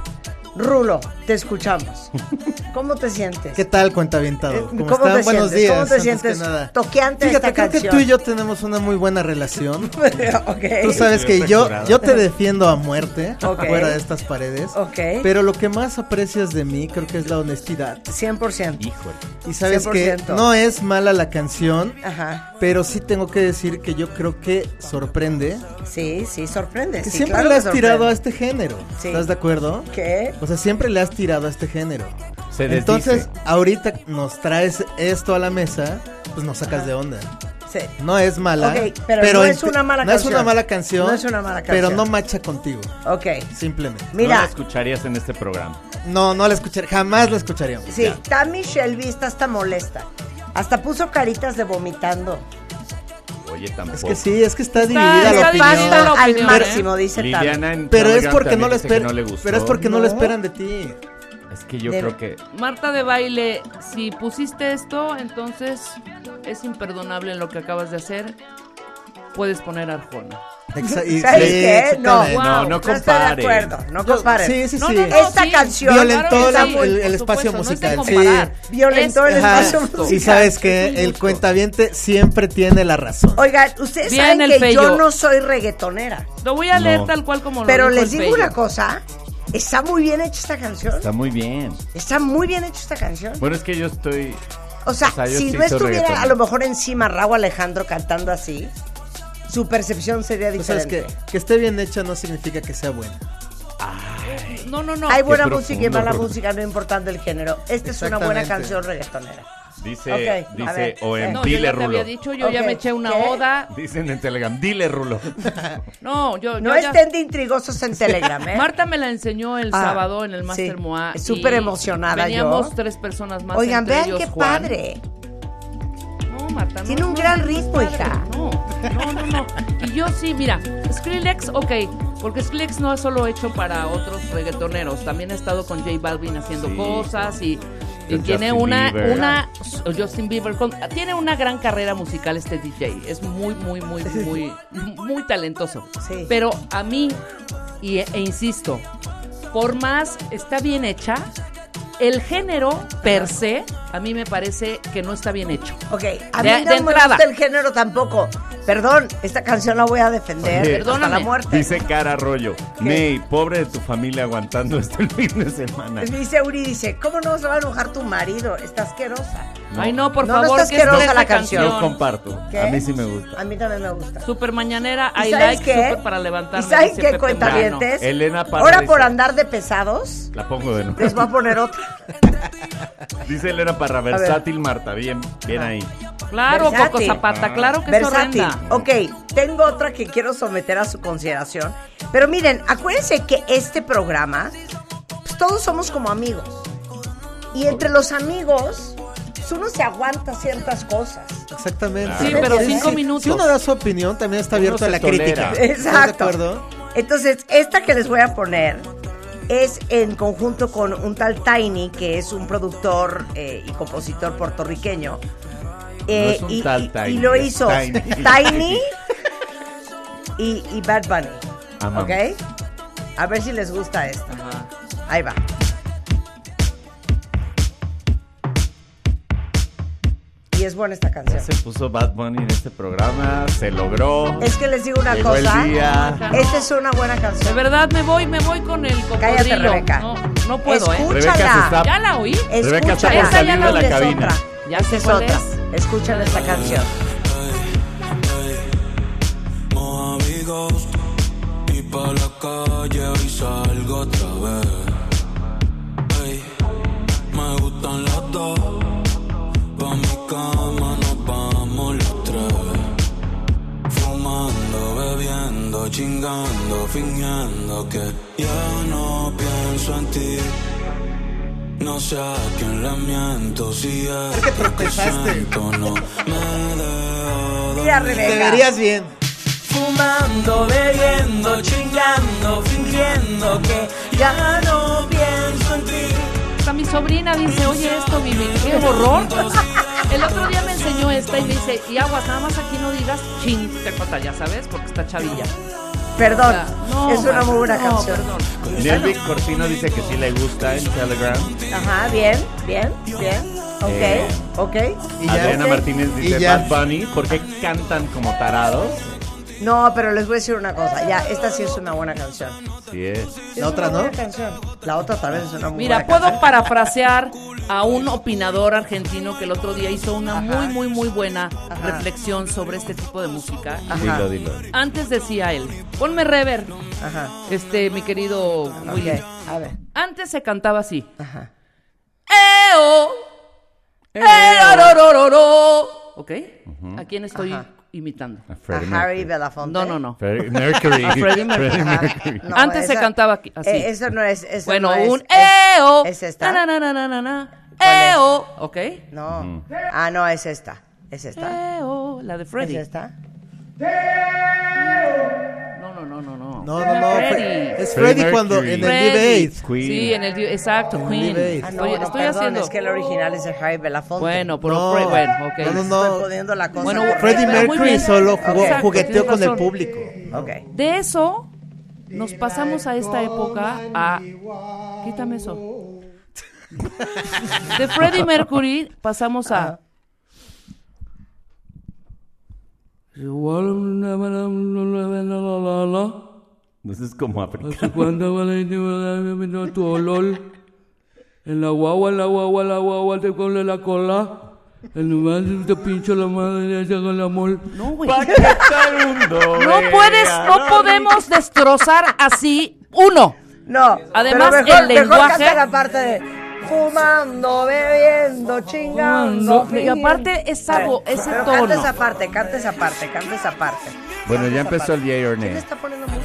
[SPEAKER 2] Rulo, te escuchamos. ¿Cómo te sientes?
[SPEAKER 7] ¿Qué tal, cuenta
[SPEAKER 2] Eh,
[SPEAKER 7] ¿Cómo,
[SPEAKER 2] ¿cómo
[SPEAKER 7] están?
[SPEAKER 2] te
[SPEAKER 7] Buenos
[SPEAKER 2] sientes?
[SPEAKER 7] días.
[SPEAKER 2] ¿Cómo te
[SPEAKER 7] antes
[SPEAKER 2] sientes
[SPEAKER 7] que nada.
[SPEAKER 2] toqueante
[SPEAKER 7] Fíjate,
[SPEAKER 2] esta
[SPEAKER 7] creo que
[SPEAKER 2] canción?
[SPEAKER 7] tú y yo tenemos una muy buena relación.
[SPEAKER 2] ok.
[SPEAKER 7] Tú sabes
[SPEAKER 5] Sí,
[SPEAKER 7] que yo,
[SPEAKER 5] fracturado.
[SPEAKER 7] yo te defiendo a muerte
[SPEAKER 2] Ok.
[SPEAKER 7] fuera de estas paredes.
[SPEAKER 2] Ok.
[SPEAKER 7] Pero lo que más aprecias de mí creo que es la honestidad.
[SPEAKER 2] 100%.
[SPEAKER 5] Híjole.
[SPEAKER 7] Y sabes que
[SPEAKER 2] 100%.
[SPEAKER 7] no es mala la canción,
[SPEAKER 2] Ajá.
[SPEAKER 7] pero sí tengo que decir que yo creo que sorprende.
[SPEAKER 2] Sí, sí, sorprende.
[SPEAKER 7] Que
[SPEAKER 2] sí,
[SPEAKER 7] siempre
[SPEAKER 2] claro
[SPEAKER 7] le
[SPEAKER 2] que
[SPEAKER 7] has tirado a
[SPEAKER 2] sorprende.
[SPEAKER 7] este género.
[SPEAKER 2] Sí.
[SPEAKER 7] ¿Estás de acuerdo?
[SPEAKER 2] ¿Qué?
[SPEAKER 7] O sea, siempre le has tirado a este género.
[SPEAKER 5] Se desdice.
[SPEAKER 7] Entonces, ahorita nos traes esto a la mesa, pues nos sacas de onda.
[SPEAKER 2] Sí.
[SPEAKER 7] No es mala.
[SPEAKER 2] Ok, pero no es
[SPEAKER 7] ent-
[SPEAKER 2] una mala
[SPEAKER 7] no
[SPEAKER 2] canción.
[SPEAKER 7] es una mala canción.
[SPEAKER 2] No es una mala
[SPEAKER 7] Pero
[SPEAKER 2] canción.
[SPEAKER 7] no macha contigo,
[SPEAKER 2] Ok.
[SPEAKER 7] simplemente.
[SPEAKER 5] No la
[SPEAKER 2] Mira,
[SPEAKER 5] escucharías en este programa.
[SPEAKER 7] No, no la escucharé, jamás la escucharíamos.
[SPEAKER 2] sí, Tammy Shelby está hasta molesta. Hasta puso caritas de vomitando.
[SPEAKER 5] Oye,
[SPEAKER 7] Es
[SPEAKER 5] tampoco.
[SPEAKER 7] que sí, es que está
[SPEAKER 4] está
[SPEAKER 7] dividida la opinión.
[SPEAKER 4] dividida la
[SPEAKER 2] Al
[SPEAKER 4] opinión, ¿eh?
[SPEAKER 2] máximo, dice Tammy.
[SPEAKER 5] Liliana en
[SPEAKER 7] Pero es
[SPEAKER 5] Telegram
[SPEAKER 7] porque
[SPEAKER 5] también
[SPEAKER 7] no lo
[SPEAKER 5] dice que
[SPEAKER 7] esperan.
[SPEAKER 5] no le gustó.
[SPEAKER 7] pero es porque no.
[SPEAKER 2] No.
[SPEAKER 7] lo esperan de ti.
[SPEAKER 5] Es que yo
[SPEAKER 2] De-
[SPEAKER 5] creo que...
[SPEAKER 4] Marta de baile, si pusiste esto, entonces es imperdonable lo que acabas de hacer. Puedes poner Arjona.
[SPEAKER 7] Exa- y-
[SPEAKER 2] ¿Sabes
[SPEAKER 7] sí,
[SPEAKER 2] qué? No,
[SPEAKER 7] exactamente.
[SPEAKER 4] Wow.
[SPEAKER 5] No, no
[SPEAKER 2] No estoy de
[SPEAKER 5] comparen.
[SPEAKER 2] acuerdo, no comparen.
[SPEAKER 7] Sí, sí, sí.
[SPEAKER 4] No, no, no,
[SPEAKER 2] Esta canción
[SPEAKER 7] violentó
[SPEAKER 4] está
[SPEAKER 7] el-
[SPEAKER 4] muy-
[SPEAKER 7] el- el
[SPEAKER 4] por supuesto,
[SPEAKER 7] espacio
[SPEAKER 4] No es
[SPEAKER 7] musical,
[SPEAKER 4] de
[SPEAKER 7] sí.
[SPEAKER 4] comparar.
[SPEAKER 2] Violentó
[SPEAKER 4] Es
[SPEAKER 2] el
[SPEAKER 7] Ajá.
[SPEAKER 2] espacio
[SPEAKER 4] justo.
[SPEAKER 7] Y
[SPEAKER 2] musical.
[SPEAKER 7] sabes que
[SPEAKER 4] Es
[SPEAKER 7] el
[SPEAKER 4] justo.
[SPEAKER 7] cuentaviente siempre tiene la razón.
[SPEAKER 2] Oigan, ustedes
[SPEAKER 4] Bien,
[SPEAKER 2] saben
[SPEAKER 4] el
[SPEAKER 2] que
[SPEAKER 4] Fello.
[SPEAKER 2] yo no soy reggaetonera.
[SPEAKER 4] Lo voy a leer
[SPEAKER 5] No.
[SPEAKER 4] tal cual como lo
[SPEAKER 2] Pero
[SPEAKER 4] dijo
[SPEAKER 2] les
[SPEAKER 4] el
[SPEAKER 2] digo
[SPEAKER 4] Pello.
[SPEAKER 2] una cosa. Está muy bien hecha esta canción.
[SPEAKER 5] Está muy bien.
[SPEAKER 2] Está muy bien hecha esta canción.
[SPEAKER 5] Bueno, es que yo estoy...
[SPEAKER 2] O sea,
[SPEAKER 5] O sea, yo
[SPEAKER 2] si
[SPEAKER 5] sí
[SPEAKER 2] no
[SPEAKER 5] soy
[SPEAKER 2] estuviera
[SPEAKER 5] reggaetonero.
[SPEAKER 2] a lo mejor encima Raúl Alejandro cantando así, su percepción sería
[SPEAKER 4] Pues,
[SPEAKER 7] Tú sabes
[SPEAKER 2] diferente.
[SPEAKER 7] que, que esté bien hecha no significa que sea buena.
[SPEAKER 4] No, no, no.
[SPEAKER 2] Hay buena
[SPEAKER 5] Qué
[SPEAKER 2] música y mala
[SPEAKER 5] profundo.
[SPEAKER 2] música, no importando el género. Esta es una buena
[SPEAKER 7] Exactamente.
[SPEAKER 2] canción reggaetonera.
[SPEAKER 5] Dice,
[SPEAKER 2] Ok, a ver.
[SPEAKER 5] dice, o
[SPEAKER 2] Eh,
[SPEAKER 5] en
[SPEAKER 4] No, yo
[SPEAKER 5] Dile
[SPEAKER 4] ya te
[SPEAKER 5] Rulo.
[SPEAKER 4] había dicho, yo ya
[SPEAKER 2] Ok,
[SPEAKER 4] me eché una
[SPEAKER 2] ¿qué?
[SPEAKER 4] oda.
[SPEAKER 5] Dicen en Telegram, Dile Rulo.
[SPEAKER 4] No, yo,
[SPEAKER 2] No
[SPEAKER 4] yo ya-
[SPEAKER 2] estén de intrigosos en Telegram, ¿eh?
[SPEAKER 4] Marta me la enseñó el
[SPEAKER 2] Ah,
[SPEAKER 4] sábado en el
[SPEAKER 2] sí.
[SPEAKER 4] Master Moa. y
[SPEAKER 2] Súper emocionada
[SPEAKER 4] Veníamos
[SPEAKER 2] yo.
[SPEAKER 4] tres personas más.
[SPEAKER 2] Oigan,
[SPEAKER 4] entre
[SPEAKER 2] vean
[SPEAKER 4] ellos
[SPEAKER 2] qué
[SPEAKER 4] Juan.
[SPEAKER 2] padre.
[SPEAKER 4] No, Marta, no,
[SPEAKER 2] Tiene un
[SPEAKER 4] no,
[SPEAKER 2] gran
[SPEAKER 4] no es
[SPEAKER 2] ritmo,
[SPEAKER 4] padre,
[SPEAKER 2] hija.
[SPEAKER 4] No, no, no, no. Y yo sí, mira, Skrillex, ok, porque Skrillex no es solo hecho para otros reggaetoneros, también ha estado con J Balvin haciendo
[SPEAKER 5] Sí.
[SPEAKER 4] cosas y, y
[SPEAKER 5] Con
[SPEAKER 4] tiene
[SPEAKER 5] Justin
[SPEAKER 4] una,
[SPEAKER 5] Bieber.
[SPEAKER 4] una, o Justin Bieber, con- tiene una gran carrera musical este DJ, es muy, muy, muy, muy, muy talentoso.
[SPEAKER 2] Sí.
[SPEAKER 4] Pero a mí, y, e insisto, por más está bien hecha, el género per se, a mí me parece que no está bien hecho.
[SPEAKER 2] Ok, a mí
[SPEAKER 4] De-
[SPEAKER 2] no
[SPEAKER 4] de
[SPEAKER 2] me
[SPEAKER 4] entrada.
[SPEAKER 2] gusta el género tampoco. Perdón, esta canción la voy a defender
[SPEAKER 5] Oye,
[SPEAKER 2] hasta la
[SPEAKER 4] perdóname.
[SPEAKER 2] muerte.
[SPEAKER 5] Dice Cara Arroyo, Ney, pobre de tu familia aguantando esto el fin de semana.
[SPEAKER 2] Dice Uri, dice, ¿cómo no se va a enojar tu marido? Está asquerosa.
[SPEAKER 4] Ay, no, por
[SPEAKER 2] No, no
[SPEAKER 4] favor,
[SPEAKER 2] está
[SPEAKER 4] que es
[SPEAKER 2] asquerosa la
[SPEAKER 4] la canción.
[SPEAKER 5] Yo comparto.
[SPEAKER 2] ¿Qué?
[SPEAKER 5] A mí sí me gusta.
[SPEAKER 2] A mí también me gusta.
[SPEAKER 4] Super mañanera,
[SPEAKER 2] ¿Y
[SPEAKER 4] I
[SPEAKER 2] sabes
[SPEAKER 4] like,
[SPEAKER 2] qué?
[SPEAKER 4] super para levantarme.
[SPEAKER 2] ¿Y saben
[SPEAKER 4] dice
[SPEAKER 2] qué
[SPEAKER 4] Pepe
[SPEAKER 2] cuenta ¿eh?
[SPEAKER 4] Moreno.
[SPEAKER 2] dientes?
[SPEAKER 5] Elena Parra
[SPEAKER 2] Ahora
[SPEAKER 5] dice-
[SPEAKER 2] por andar de pesados,
[SPEAKER 5] La pongo de nuevo.
[SPEAKER 2] les voy a poner otra.
[SPEAKER 5] Dice Elena Parra,
[SPEAKER 2] ver.
[SPEAKER 5] versátil Marta, bien, bien ahí.
[SPEAKER 4] Claro,
[SPEAKER 2] Versátil.
[SPEAKER 4] Coco Zapata, claro que
[SPEAKER 2] Versátil.
[SPEAKER 4] es horrenda.
[SPEAKER 2] Ok, tengo otra que quiero someter a su consideración. Pero miren, acuérdense que este programa, pues, todos somos como amigos. Y entre los amigos, pues, uno se aguanta ciertas cosas.
[SPEAKER 7] Exactamente.
[SPEAKER 4] Sí, pero
[SPEAKER 7] Sí,
[SPEAKER 4] cinco
[SPEAKER 7] sí.
[SPEAKER 4] minutos.
[SPEAKER 7] Si uno da su opinión, también está abierto
[SPEAKER 5] Uno
[SPEAKER 7] a
[SPEAKER 5] se
[SPEAKER 7] la
[SPEAKER 5] tolera.
[SPEAKER 7] crítica. ¿Estás de
[SPEAKER 2] Exacto.
[SPEAKER 7] acuerdo?
[SPEAKER 2] Entonces, esta que les voy a poner es en conjunto con un tal Tiny, que es un productor eh, y compositor puertorriqueño. Eh,
[SPEAKER 5] es un
[SPEAKER 2] y,
[SPEAKER 5] tal
[SPEAKER 2] y-
[SPEAKER 5] Tiny,
[SPEAKER 2] y lo
[SPEAKER 5] es
[SPEAKER 2] hizo
[SPEAKER 5] Tiny.
[SPEAKER 2] Tiny, y, y Bad Bunny.
[SPEAKER 5] Amamos.
[SPEAKER 2] ¿Ok? A ver si les gusta esta.
[SPEAKER 4] Ajá.
[SPEAKER 2] Ahí va. Y es buena esta
[SPEAKER 5] Ya
[SPEAKER 2] canción.
[SPEAKER 5] se puso Bad Bunny en este programa, se logró.
[SPEAKER 2] Es que les digo una
[SPEAKER 5] Llegó el
[SPEAKER 2] cosa.
[SPEAKER 5] día.
[SPEAKER 2] Esta es una buena
[SPEAKER 4] De
[SPEAKER 2] canción.
[SPEAKER 4] verdad, me voy, me voy con el cocodrilo.
[SPEAKER 2] Cállate, Rebeca.
[SPEAKER 4] No, no puedo, ¿eh?
[SPEAKER 2] Escúchala.
[SPEAKER 5] Rebeca se está-
[SPEAKER 4] ¿Ya la oí?
[SPEAKER 5] Rebeca está
[SPEAKER 2] Escúchala.
[SPEAKER 5] por salir de la
[SPEAKER 2] Esta es
[SPEAKER 5] cabina.
[SPEAKER 2] otra.
[SPEAKER 4] Ya
[SPEAKER 2] Esta
[SPEAKER 4] sé
[SPEAKER 2] es
[SPEAKER 4] cuál
[SPEAKER 2] otra. Escuchen esta canción.
[SPEAKER 6] Moja amigos y pa' la calle y salgo otra vez. Ey, me gustan las dos, pa' mi cama nos vamos los tres. Fumando, bebiendo, chingando, fingiendo que ya no pienso en ti. No sé a quién le miento si es
[SPEAKER 7] que tropezaste.
[SPEAKER 6] siento, no me dejo
[SPEAKER 2] Mira,
[SPEAKER 7] Te
[SPEAKER 2] Rebeca.
[SPEAKER 7] verías bien.
[SPEAKER 6] Fumando, bebiendo, chingando, fingiendo que ya no pienso en ti.
[SPEAKER 4] Hasta mi sobrina dice, oye, esto, mi qué horror. El otro día me enseñó esta y me dice, y aguas, nada más aquí no digas ching, te pata, ya sabes, porque está chavilla.
[SPEAKER 2] Perdón.
[SPEAKER 4] No,
[SPEAKER 2] es una muy buena
[SPEAKER 4] no,
[SPEAKER 2] canción.
[SPEAKER 4] perdón.
[SPEAKER 5] Nelvic Cortino dice que sí le gusta en Telegram.
[SPEAKER 2] Ajá, bien, bien, bien. Ok,
[SPEAKER 5] Eh,
[SPEAKER 2] ok.
[SPEAKER 7] Y ya,
[SPEAKER 5] Adriana
[SPEAKER 7] ok.
[SPEAKER 5] Martínez dice
[SPEAKER 7] Y ya.
[SPEAKER 5] Bad Bunny, ¿por qué cantan como tarados?
[SPEAKER 2] No, pero les voy a decir una cosa. Ya, esta sí es una buena canción.
[SPEAKER 5] Sí es.
[SPEAKER 2] Es
[SPEAKER 7] La otra
[SPEAKER 2] una
[SPEAKER 7] no.
[SPEAKER 2] buena canción. La otra también es una muy
[SPEAKER 4] Mira,
[SPEAKER 2] buena
[SPEAKER 4] puedo
[SPEAKER 2] canción.
[SPEAKER 4] parafrasear a un opinador argentino que el otro día hizo una
[SPEAKER 2] Ajá.
[SPEAKER 4] muy, muy, muy buena
[SPEAKER 2] Ajá.
[SPEAKER 4] reflexión sobre este tipo de música.
[SPEAKER 2] Ajá.
[SPEAKER 5] Dilo, dilo.
[SPEAKER 4] Antes decía él, ponme rever,
[SPEAKER 2] Ajá.
[SPEAKER 4] este, mi querido
[SPEAKER 2] Ok,
[SPEAKER 4] Willy.
[SPEAKER 2] a ver.
[SPEAKER 4] Antes se cantaba así.
[SPEAKER 2] Ajá.
[SPEAKER 4] ¡Eo! ¡Erororororo! ¿Ok? ¿A quién estoy
[SPEAKER 2] Ajá.
[SPEAKER 4] imitando?
[SPEAKER 5] A
[SPEAKER 2] A
[SPEAKER 5] Freddie
[SPEAKER 2] Harry
[SPEAKER 5] Mercury.
[SPEAKER 2] Belafonte.
[SPEAKER 4] No, no, no.
[SPEAKER 5] Freddie Mercury.
[SPEAKER 4] A Freddie Mercury.
[SPEAKER 5] Freddie
[SPEAKER 2] Ah,
[SPEAKER 5] Mercury.
[SPEAKER 2] no,
[SPEAKER 4] Antes se
[SPEAKER 2] esa-
[SPEAKER 4] cantaba aquí- así.
[SPEAKER 2] Eh, eso no es. eso
[SPEAKER 4] bueno,
[SPEAKER 2] no es-
[SPEAKER 4] un
[SPEAKER 2] es-
[SPEAKER 4] eo.
[SPEAKER 2] ¿Es esta?
[SPEAKER 4] Na, na, na, na, na, na.
[SPEAKER 2] ¿Cuál es?
[SPEAKER 4] Eo. ¿Ok?
[SPEAKER 2] No. Ah, no, es esta. Es
[SPEAKER 4] Eh,
[SPEAKER 2] esta.
[SPEAKER 4] Eo. La de
[SPEAKER 2] ¿Es
[SPEAKER 4] Freddy.
[SPEAKER 2] esta?
[SPEAKER 4] No, no, no, no, no.
[SPEAKER 7] No, no, no. Fre-
[SPEAKER 4] Freddy.
[SPEAKER 7] Es Freddy
[SPEAKER 5] Freddie
[SPEAKER 7] cuando en el
[SPEAKER 5] Mercury.
[SPEAKER 7] Live Aid.
[SPEAKER 5] Queen.
[SPEAKER 4] Sí, en el Live- Exacto,
[SPEAKER 7] En
[SPEAKER 4] Queen.
[SPEAKER 7] Live Aid.
[SPEAKER 2] Ah, no,
[SPEAKER 4] Oye,
[SPEAKER 2] no,
[SPEAKER 4] estoy
[SPEAKER 2] perdón,
[SPEAKER 4] haciendo...
[SPEAKER 2] es que el original es de Harry Belafonte.
[SPEAKER 4] Bueno, pero...
[SPEAKER 7] No.
[SPEAKER 4] Fre- Bueno, ok.
[SPEAKER 7] No, no, no.
[SPEAKER 2] Estoy poniendo la cosa.
[SPEAKER 4] Bueno,
[SPEAKER 2] correcta.
[SPEAKER 7] Freddie
[SPEAKER 4] Pero muy
[SPEAKER 7] Mercury
[SPEAKER 4] bien.
[SPEAKER 7] solo jugó-
[SPEAKER 2] Exacto,
[SPEAKER 7] jugueteó
[SPEAKER 4] tienes
[SPEAKER 7] con el
[SPEAKER 4] razón.
[SPEAKER 7] público.
[SPEAKER 2] Ok.
[SPEAKER 4] De eso nos pasamos a esta época a... Quítame eso. De Freddie Mercury pasamos a...
[SPEAKER 5] Entonces es como africano.
[SPEAKER 8] Cuando vale ni vale mi no tu olor. En la guagua, en la guagua, en la guagua te pone la cola. En lugar de te pincho la madre y hago el amor.
[SPEAKER 4] No, güey.
[SPEAKER 5] Pa' que tal un
[SPEAKER 4] No
[SPEAKER 5] doble,
[SPEAKER 4] puedes, no
[SPEAKER 5] Aaron.
[SPEAKER 4] podemos destrozar así uno.
[SPEAKER 2] No.
[SPEAKER 4] Además,
[SPEAKER 2] pero mejor,
[SPEAKER 4] el
[SPEAKER 2] Mejor
[SPEAKER 4] lenguaje-
[SPEAKER 2] canta la parte de fumando, bebiendo, chingando.
[SPEAKER 4] Fumando, y aparte es algo,
[SPEAKER 2] A ver,
[SPEAKER 4] ese
[SPEAKER 2] Ah, pero Canta
[SPEAKER 4] tono.
[SPEAKER 2] esa parte, canta esa parte, canta esa parte.
[SPEAKER 5] Bueno, ya
[SPEAKER 2] Canta
[SPEAKER 5] empezó
[SPEAKER 2] esa
[SPEAKER 5] el
[SPEAKER 2] parte.
[SPEAKER 5] Yay or
[SPEAKER 2] ¿Quién
[SPEAKER 5] Nay.
[SPEAKER 2] está poniendo música?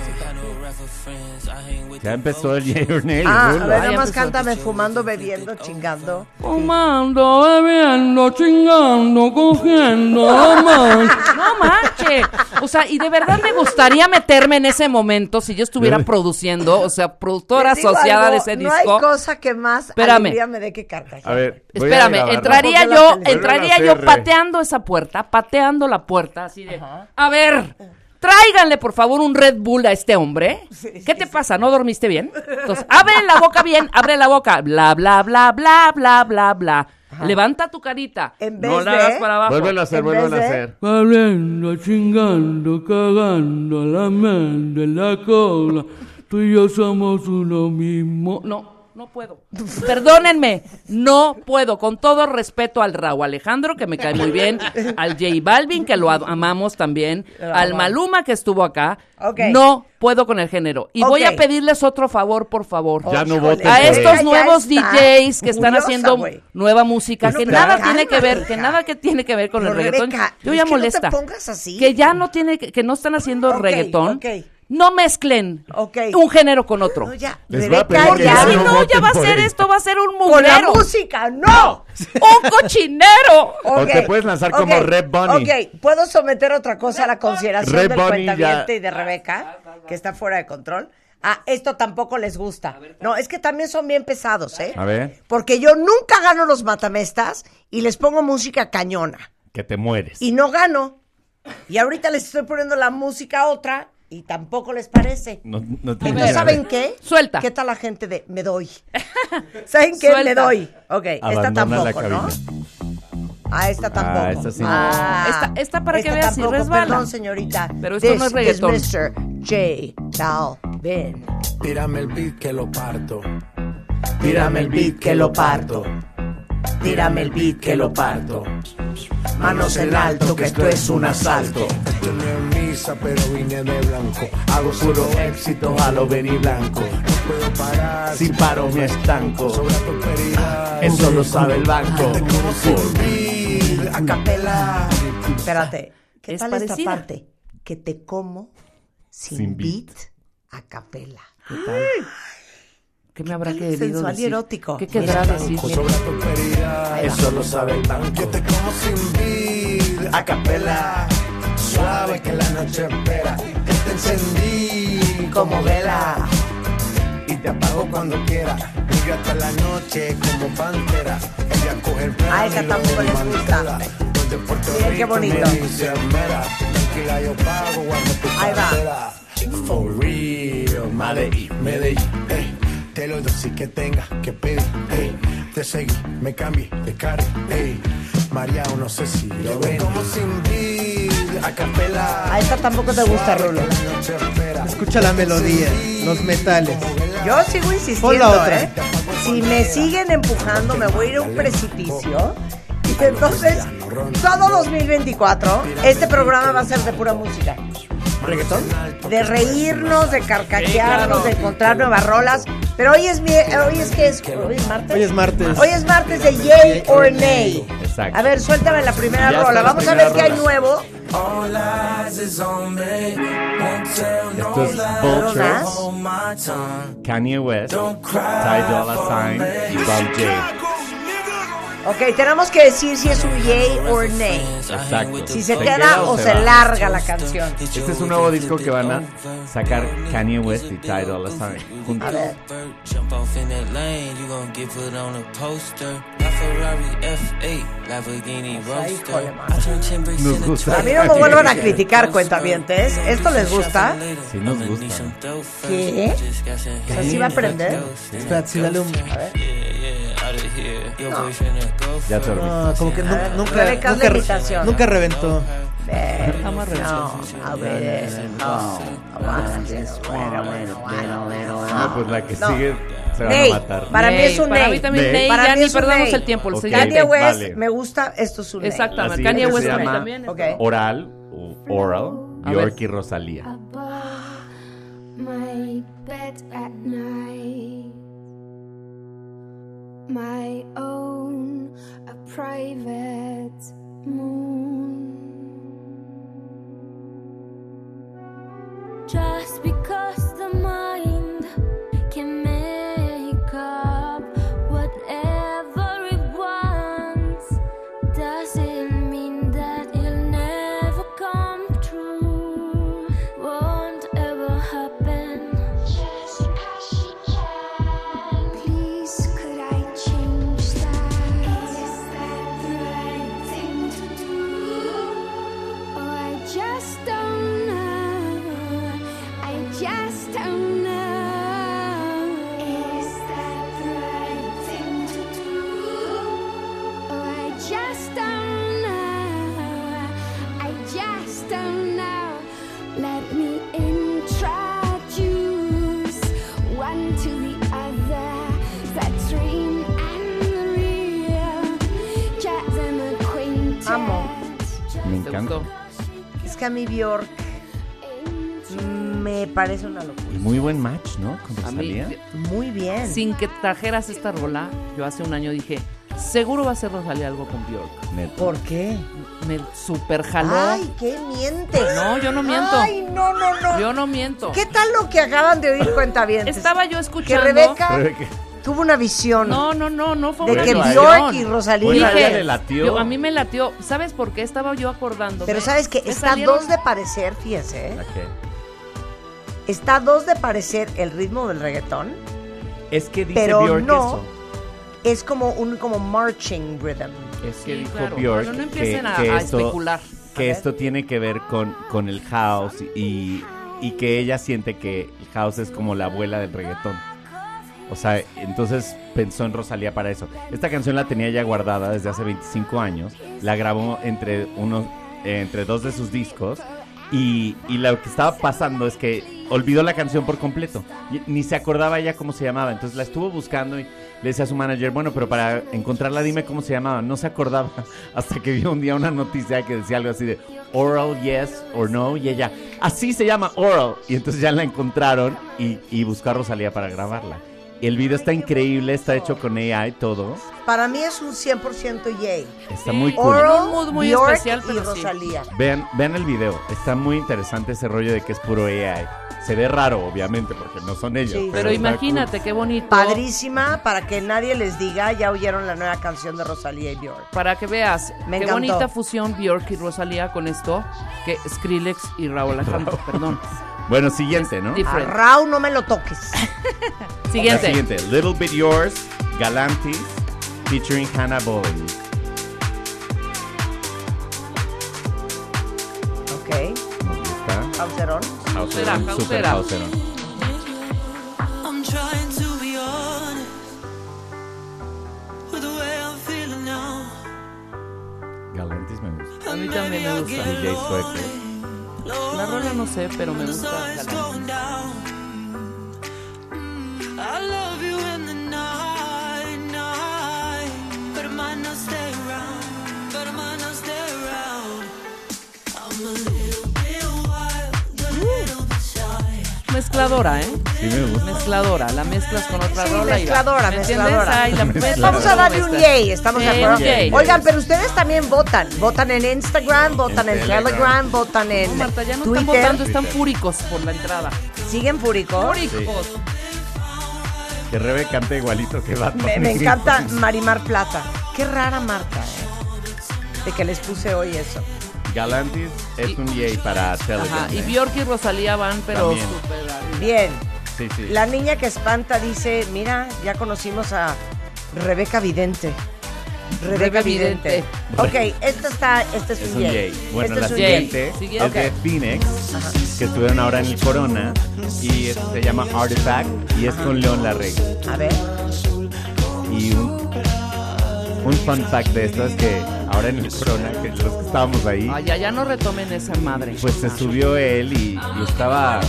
[SPEAKER 5] Ya empezó el Yay or Nay.
[SPEAKER 2] Ah, a
[SPEAKER 5] Rulo.
[SPEAKER 2] ver, nada
[SPEAKER 4] ya
[SPEAKER 2] más
[SPEAKER 4] empezó.
[SPEAKER 2] cántame fumando, bebiendo, chingando.
[SPEAKER 8] Fumando, bebiendo, chingando, cogiendo más.
[SPEAKER 4] No manche. O sea, y de verdad me gustaría meterme en ese momento si yo estuviera produciendo, o sea, productora
[SPEAKER 2] Les digo
[SPEAKER 4] asociada
[SPEAKER 2] algo,
[SPEAKER 4] de ese
[SPEAKER 2] No hay
[SPEAKER 4] disco.
[SPEAKER 2] cosa que más
[SPEAKER 4] Espérame.
[SPEAKER 2] alegría me dé que carcajear.
[SPEAKER 5] A ver, voy a
[SPEAKER 4] Espérame,
[SPEAKER 5] grabarlo.
[SPEAKER 4] entraría
[SPEAKER 2] Ponte la
[SPEAKER 4] yo,
[SPEAKER 2] tele.
[SPEAKER 4] entraría
[SPEAKER 5] Vuelven a
[SPEAKER 4] yo
[SPEAKER 5] hacer,
[SPEAKER 4] pateando esa puerta, pateando la puerta, así de, a ver, tráiganle por favor un Red Bull a este hombre. ¿Qué te pasa? ¿No dormiste bien? Entonces, abre la boca bien, abre la boca, bla, bla, bla, bla, bla, bla, bla. Levanta tu carita.
[SPEAKER 2] En
[SPEAKER 4] no
[SPEAKER 2] vez
[SPEAKER 4] la
[SPEAKER 2] de-
[SPEAKER 4] hagas para abajo.
[SPEAKER 5] Vuélvelo a hacer,
[SPEAKER 2] En
[SPEAKER 5] vuélvelo a
[SPEAKER 2] vez de-
[SPEAKER 5] hacer.
[SPEAKER 8] Valiendo, chingando, cagando, lamiendo la cola. Tú y yo somos uno mismo.
[SPEAKER 4] No, no puedo. Perdónenme, no puedo. Con todo respeto al Raúl Alejandro, que me cae muy bien, al J Balvin, que lo ad- amamos también, al Maluma, que estuvo acá.
[SPEAKER 2] Ok.
[SPEAKER 4] No puedo con el género. Y voy a
[SPEAKER 2] Ok.
[SPEAKER 4] pedirles otro favor, por favor.
[SPEAKER 5] Ya no
[SPEAKER 2] Híjole,
[SPEAKER 5] voten
[SPEAKER 4] A
[SPEAKER 5] por él.
[SPEAKER 4] estos
[SPEAKER 2] Ya
[SPEAKER 4] nuevos
[SPEAKER 2] está
[SPEAKER 4] DJs que están
[SPEAKER 2] furiosa,
[SPEAKER 4] haciendo
[SPEAKER 2] güey.
[SPEAKER 4] nueva música,
[SPEAKER 2] Bueno,
[SPEAKER 4] que
[SPEAKER 2] pero
[SPEAKER 4] nada
[SPEAKER 2] cálmate,
[SPEAKER 4] tiene que ver, que
[SPEAKER 2] hija.
[SPEAKER 4] nada que tiene que ver con
[SPEAKER 2] Pero,
[SPEAKER 4] el reggaetón.
[SPEAKER 2] Rebeca,
[SPEAKER 4] Yo
[SPEAKER 2] es
[SPEAKER 4] ya
[SPEAKER 2] que no te
[SPEAKER 4] molesta.
[SPEAKER 2] pongas así.
[SPEAKER 4] Que ya no tiene, que, que no están haciendo
[SPEAKER 2] Ok,
[SPEAKER 4] reggaetón.
[SPEAKER 2] ok.
[SPEAKER 4] No mezclen
[SPEAKER 2] Ok.
[SPEAKER 4] un género con otro.
[SPEAKER 2] No, ya,
[SPEAKER 5] Les voy a
[SPEAKER 2] Rebeca,
[SPEAKER 5] pedir que
[SPEAKER 4] Porque
[SPEAKER 2] ya.
[SPEAKER 5] ya
[SPEAKER 4] si no,
[SPEAKER 5] no
[SPEAKER 4] ya
[SPEAKER 5] voten
[SPEAKER 4] va a
[SPEAKER 5] por
[SPEAKER 4] ser
[SPEAKER 5] él.
[SPEAKER 4] esto, va a ser un
[SPEAKER 2] Con la
[SPEAKER 4] mugrero.
[SPEAKER 2] música, no.
[SPEAKER 4] ¡Un cochinero!
[SPEAKER 5] O te
[SPEAKER 2] Ok,
[SPEAKER 5] puedes lanzar como
[SPEAKER 2] ok,
[SPEAKER 5] Red Bunny.
[SPEAKER 2] Ok, puedo someter otra cosa a la consideración
[SPEAKER 5] Red
[SPEAKER 2] del
[SPEAKER 5] Bunny
[SPEAKER 2] cuentaviente
[SPEAKER 5] ya-
[SPEAKER 2] y de
[SPEAKER 4] Ah,
[SPEAKER 2] Rebeca, que está fuera de control. Ah, esto tampoco les gusta. No, es que también son bien pesados, ¿eh?
[SPEAKER 5] A ver.
[SPEAKER 2] Porque yo nunca gano los matamestas y les pongo música cañona.
[SPEAKER 5] Que te mueres.
[SPEAKER 2] Y no gano. Y ahorita les estoy poniendo la música a otra y tampoco les parece.
[SPEAKER 5] No, no te
[SPEAKER 2] Entonces, ¿saben qué?
[SPEAKER 4] Suelta.
[SPEAKER 2] ¿Qué tal la gente de me doy? ¿Saben qué?
[SPEAKER 4] Suelta.
[SPEAKER 2] Me doy. Ok,
[SPEAKER 5] Abandona
[SPEAKER 2] esta
[SPEAKER 5] la
[SPEAKER 2] tampoco, ¿no?
[SPEAKER 5] cabina.
[SPEAKER 2] Ah, esta tampoco.
[SPEAKER 5] Ah, esta sí no.
[SPEAKER 2] Ah,
[SPEAKER 4] Esta- esta para que veas si
[SPEAKER 2] tampoco,
[SPEAKER 4] resbala.
[SPEAKER 2] Perdón, señorita.
[SPEAKER 4] Pero esto
[SPEAKER 2] This
[SPEAKER 4] no es reggaetón.
[SPEAKER 2] is Mr. J. Balvin.
[SPEAKER 9] Tírame el beat que lo parto.
[SPEAKER 2] Tírame el beat que lo parto.
[SPEAKER 9] Tírame el beat que lo parto. Manos en alto, que esto es un asalto. Esto no es misa, pero vine de blanco. Hago puro éxito a lo Benny Blanco. No puedo parar, si paro me estanco. Sobre prosperidad, eso lo sabe el banco. Por mí, a capela.
[SPEAKER 2] Espérate. ¿Qué
[SPEAKER 4] Es
[SPEAKER 2] tal esta
[SPEAKER 4] parecida.
[SPEAKER 2] parte? Que te como sin,
[SPEAKER 4] Sin
[SPEAKER 2] beat. a capela.
[SPEAKER 4] ¿Qué tal? ¿Qué me habrá querido
[SPEAKER 2] sensual y
[SPEAKER 4] decir?
[SPEAKER 2] erótico?
[SPEAKER 4] ¿Qué querrá
[SPEAKER 2] Mira,
[SPEAKER 4] decir?
[SPEAKER 2] mira. Sobre
[SPEAKER 9] Eso lo sabe el banco. Que te como sin vida, a capela. Suave que la noche espera. Que te encendí como vela. Y te apago cuando quiera. Mira hasta la noche como pantera. Ella coge el plano.
[SPEAKER 2] Ah, esa
[SPEAKER 9] y
[SPEAKER 2] tampoco
[SPEAKER 9] luego
[SPEAKER 2] les gusta.
[SPEAKER 9] Desde Puerto
[SPEAKER 2] Miren qué
[SPEAKER 9] Rico me
[SPEAKER 2] bonito.
[SPEAKER 9] dice, "Mera, Tranquila, yo pago. Guarda tu
[SPEAKER 2] Ahí va.
[SPEAKER 9] cartera". For real, Madrid, Medellín. ey. eh, Te lo doy sin que tenga que pedir. ey. Te seguí, me cambié de cara. Ey. María, no sé si lo ven. Como sin vida, a capela.
[SPEAKER 2] A esta tampoco te gusta,
[SPEAKER 9] Suave,
[SPEAKER 2] Rulo.
[SPEAKER 9] que la noche espera.
[SPEAKER 7] Escucha la melodía, los metales.
[SPEAKER 2] Yo sigo insistiendo,
[SPEAKER 7] Pon la otra.
[SPEAKER 2] ¿eh? Si me siguen empujando, me voy a ir a un precipicio. Y entonces, todo 2024, este programa va a ser de pura música.
[SPEAKER 9] ¿Reggaetón?
[SPEAKER 2] De reírnos, de carcajearnos,
[SPEAKER 4] claro.
[SPEAKER 2] de encontrar nuevas rolas. Pero hoy es, mi- hoy es que es, hoy es martes.
[SPEAKER 7] Hoy es martes.
[SPEAKER 2] Hoy es martes de Yay or Nay.
[SPEAKER 5] Exacto.
[SPEAKER 2] A ver, suéltame la primera
[SPEAKER 5] Ya está
[SPEAKER 2] rola.
[SPEAKER 5] la
[SPEAKER 2] Vamos a
[SPEAKER 5] primera
[SPEAKER 2] ver qué hay
[SPEAKER 5] rola.
[SPEAKER 2] nuevo.
[SPEAKER 6] All eyes is on me. Won't tell no
[SPEAKER 5] Esto es
[SPEAKER 6] lies.
[SPEAKER 5] Vultures.
[SPEAKER 6] Hold my tongue.
[SPEAKER 5] Kanye West, Ty Dolla Sign y Bob J.
[SPEAKER 2] Ok, tenemos que decir si es un Yay or Nay.
[SPEAKER 5] Exacto.
[SPEAKER 2] Si se queda o se
[SPEAKER 5] va?
[SPEAKER 2] larga la canción.
[SPEAKER 5] Este es un nuevo disco que van a sacar Kanye West y Ty Dolla Sign
[SPEAKER 2] A
[SPEAKER 5] juntos.
[SPEAKER 2] ver.
[SPEAKER 6] Jump off in that lane, you gon' get put on a poster. My Ferrari F8, Lamborghini
[SPEAKER 2] híjole,
[SPEAKER 6] Roadster.
[SPEAKER 2] mano.
[SPEAKER 6] I turn 10 bricks
[SPEAKER 5] Nos
[SPEAKER 6] into
[SPEAKER 5] gusta.
[SPEAKER 2] A mí no me vuelvan a criticar, cuentavientes. ¿Esto les gusta?
[SPEAKER 5] Sí nos gusta.
[SPEAKER 2] ¿Qué? O sea, ¿sí va a aprender?
[SPEAKER 7] Espérate, sí, dale un.
[SPEAKER 5] Ya te dormí.
[SPEAKER 7] No, como que nu- nunca,
[SPEAKER 2] Rebeca, es
[SPEAKER 7] nunca,
[SPEAKER 2] la imitación.
[SPEAKER 7] nunca reventó.
[SPEAKER 2] Ve, No, a ver. No. Bueno, bueno, bueno, bueno.
[SPEAKER 5] No, pues la que
[SPEAKER 2] Ah. No.
[SPEAKER 5] sigue se van a
[SPEAKER 2] Ney,
[SPEAKER 5] matar.
[SPEAKER 2] para mí es un
[SPEAKER 4] Para
[SPEAKER 2] Ney.
[SPEAKER 4] mí también
[SPEAKER 5] Ney.
[SPEAKER 4] Ney,
[SPEAKER 2] Para
[SPEAKER 4] ya
[SPEAKER 2] mí
[SPEAKER 4] ni
[SPEAKER 2] es un
[SPEAKER 4] perdamos
[SPEAKER 2] Ney.
[SPEAKER 4] el tiempo. El
[SPEAKER 5] Ok.
[SPEAKER 4] siguiente.
[SPEAKER 2] Kanye West,
[SPEAKER 5] Vale.
[SPEAKER 2] me gusta, esto es un Ney.
[SPEAKER 5] La
[SPEAKER 4] Exactamente.
[SPEAKER 5] siguiente
[SPEAKER 4] Kanye
[SPEAKER 5] se
[SPEAKER 4] West
[SPEAKER 5] llama-
[SPEAKER 4] también.
[SPEAKER 2] Ok.
[SPEAKER 5] Oral, o- Oral,
[SPEAKER 4] A
[SPEAKER 5] York
[SPEAKER 4] ver.
[SPEAKER 5] y Rosalía.
[SPEAKER 10] My bed at night, my own a private moon. Just because the mind can make up whatever it wants, doesn't mean that it'll never come true. Won't ever happen. Just because she can. Please, could I change that? Is that the right thing to do? Oh, I just don't know. I just don't know. Is that the right thing to do? Oh, I just don't know. I just don't know. Let me introduce one to the other. The dream and the real. Just an acquaintance.
[SPEAKER 2] Amo.
[SPEAKER 5] Me
[SPEAKER 4] ¿Te
[SPEAKER 5] encanta.
[SPEAKER 4] gustó?
[SPEAKER 2] Es que a mí Bjork me parece una locura.
[SPEAKER 5] Y muy buen match, ¿no? Con
[SPEAKER 4] A mí,
[SPEAKER 5] Rosalía.
[SPEAKER 2] Muy bien.
[SPEAKER 4] sin que trajeras esta rola, yo hace un año dije, seguro va a ser Rosalía algo con Bjork.
[SPEAKER 5] Neta.
[SPEAKER 2] ¿Por qué?
[SPEAKER 4] Me super jaló.
[SPEAKER 2] Ay, ¿qué mientes?
[SPEAKER 4] No, yo no miento.
[SPEAKER 2] Ay, no, no, no.
[SPEAKER 4] yo no miento.
[SPEAKER 2] ¿Qué tal lo que acaban de oír cuentavientes?
[SPEAKER 4] Estaba yo
[SPEAKER 2] que
[SPEAKER 4] escuchando.
[SPEAKER 2] Rebeca
[SPEAKER 5] Rebeca.
[SPEAKER 2] tuvo una visión.
[SPEAKER 4] No, no, no, no fue
[SPEAKER 2] De
[SPEAKER 4] una
[SPEAKER 2] que
[SPEAKER 4] ilusión.
[SPEAKER 2] Bjork y Rosalía-
[SPEAKER 4] Dije,
[SPEAKER 5] Oye, a ella le latió.
[SPEAKER 4] yo- a mí me latió. ¿Sabes por qué? Estaba yo acordando.
[SPEAKER 2] Pero sabes que está a
[SPEAKER 4] salieron-
[SPEAKER 2] dos de parecer, fíjense, ¿eh?
[SPEAKER 5] ¿La qué?
[SPEAKER 2] está a dos de parecer el ritmo del reggaetón.
[SPEAKER 5] Es que dice
[SPEAKER 2] Pero
[SPEAKER 5] Bjork
[SPEAKER 2] no.
[SPEAKER 5] eso.
[SPEAKER 2] Es como un como marching rhythm.
[SPEAKER 5] Es que
[SPEAKER 4] Sí,
[SPEAKER 5] dijo
[SPEAKER 4] claro.
[SPEAKER 5] Bjork
[SPEAKER 4] Pero no
[SPEAKER 5] que,
[SPEAKER 4] empiecen a-
[SPEAKER 5] que
[SPEAKER 4] a
[SPEAKER 5] esto,
[SPEAKER 4] especular.
[SPEAKER 5] que esto tiene que ver con, con el house y, y que ella siente que el house es como la abuela del reggaetón. O sea, entonces pensó en Rosalía para eso. Esta canción la tenía ya guardada desde hace 25 años. La grabó entre, unos, eh, entre dos de sus discos. Y, y lo que estaba pasando es que olvidó la canción por completo. Y ni se acordaba ella cómo se llamaba. Entonces la estuvo buscando y le decía a su manager, bueno, pero para encontrarla dime cómo se llamaba. No se acordaba hasta que vio un día una noticia que decía algo así de oral, yes or no. Y ella, así se llama oral. Y entonces ya la encontraron y, y buscó a Rosalía para grabarla. El video está increíble, está hecho con AI y todo.
[SPEAKER 2] Para mí es un 100% yay.
[SPEAKER 5] Está muy cool.
[SPEAKER 2] Oral,
[SPEAKER 4] Un mood muy
[SPEAKER 2] Bjork
[SPEAKER 4] especial,
[SPEAKER 2] y
[SPEAKER 4] pero sí. Oh.
[SPEAKER 2] Rosalía.
[SPEAKER 5] Vean, vean el video, está muy interesante ese rollo de que es puro AI. Se ve raro, obviamente, porque no son ellos.
[SPEAKER 2] Sí.
[SPEAKER 4] Pero
[SPEAKER 5] está
[SPEAKER 4] imagínate qué bonito.
[SPEAKER 2] Padrísima para que nadie les diga, ya oyeron la nueva canción de Rosalía y Bjork.
[SPEAKER 4] Para que veas,
[SPEAKER 2] Me
[SPEAKER 4] qué
[SPEAKER 2] encantó.
[SPEAKER 4] bonita fusión Bjork y Rosalía con esto, que Skrillex y Raúl Alejandro, perdón.
[SPEAKER 5] cool. Bueno, siguiente, ¿no?
[SPEAKER 2] A Rau no me lo toques.
[SPEAKER 5] La siguiente, Little Bit Yours, Galantis, featuring Hannah Bowen.
[SPEAKER 2] Ok.
[SPEAKER 5] ¿Está?
[SPEAKER 2] Pauserón.
[SPEAKER 5] Houseero,
[SPEAKER 4] Cautela,
[SPEAKER 5] super
[SPEAKER 4] cautela.
[SPEAKER 5] houseero.
[SPEAKER 6] I'm trying to be honest with the way I'm feeling now.
[SPEAKER 5] Galantis me gusta.
[SPEAKER 4] A mí también me gusta.
[SPEAKER 5] DJ Sueco.
[SPEAKER 4] La rola no sé, pero me gusta.
[SPEAKER 6] Going down. I love you in the night, night. But I might not stay around. But I might not stay around. I'm a little bit wild, a little bit shy.
[SPEAKER 4] Mezcladora, ¿eh?
[SPEAKER 5] Sí me gusta.
[SPEAKER 4] Mezcladora, la mezclas con otra
[SPEAKER 2] Sí,
[SPEAKER 4] rola y la-
[SPEAKER 2] mezcladora,
[SPEAKER 4] ¿me
[SPEAKER 2] mezcladora.
[SPEAKER 4] entiendes? Ay, la-
[SPEAKER 2] Vamos a darle un yay, estamos de
[SPEAKER 4] Sí,
[SPEAKER 2] acuerdo.
[SPEAKER 4] un yay.
[SPEAKER 2] Oigan, pero ustedes también votan. Votan en Instagram, votan en,
[SPEAKER 4] En
[SPEAKER 2] Telegram.
[SPEAKER 4] Telegram.
[SPEAKER 2] votan en
[SPEAKER 4] No, Marta, ya no
[SPEAKER 2] Twitter.
[SPEAKER 4] están votando, están fúricos por la entrada.
[SPEAKER 2] ¿Siguen fúricos?
[SPEAKER 4] Fúricos.
[SPEAKER 5] Que Rebe canta igualito que Batman.
[SPEAKER 2] Me, me encanta Marimar Plata. Qué rara Marta, ¿eh? De que les puse hoy eso.
[SPEAKER 5] Galantis es un yay para Telegram.
[SPEAKER 4] Ajá, y
[SPEAKER 5] ¿eh?
[SPEAKER 4] Bjork y Rosalía van, pero
[SPEAKER 5] También.
[SPEAKER 4] súper
[SPEAKER 2] Bien.
[SPEAKER 5] Sí, sí.
[SPEAKER 2] La niña que espanta dice, mira, ya conocimos a Rebeca Vidente. Rebeca
[SPEAKER 4] Rebeca
[SPEAKER 2] Vidente.
[SPEAKER 4] Vidente.
[SPEAKER 2] Ok, esta está, este es,
[SPEAKER 5] Es
[SPEAKER 2] un
[SPEAKER 5] un
[SPEAKER 2] yay.
[SPEAKER 5] yay. Bueno,
[SPEAKER 2] este
[SPEAKER 5] la
[SPEAKER 2] es un
[SPEAKER 5] siguiente
[SPEAKER 2] yay.
[SPEAKER 5] es de
[SPEAKER 2] Ok.
[SPEAKER 5] Phoenix, que estuvieron ahora en el Corona y es- se llama Artifact y es con León Larregui.
[SPEAKER 2] A ver.
[SPEAKER 5] Y un, un fun fact de esto es que ahora en el Corona, que los que estábamos ahí,
[SPEAKER 4] Ay, ya, ya no retomen esa madre.
[SPEAKER 5] pues se subió él y, y estaba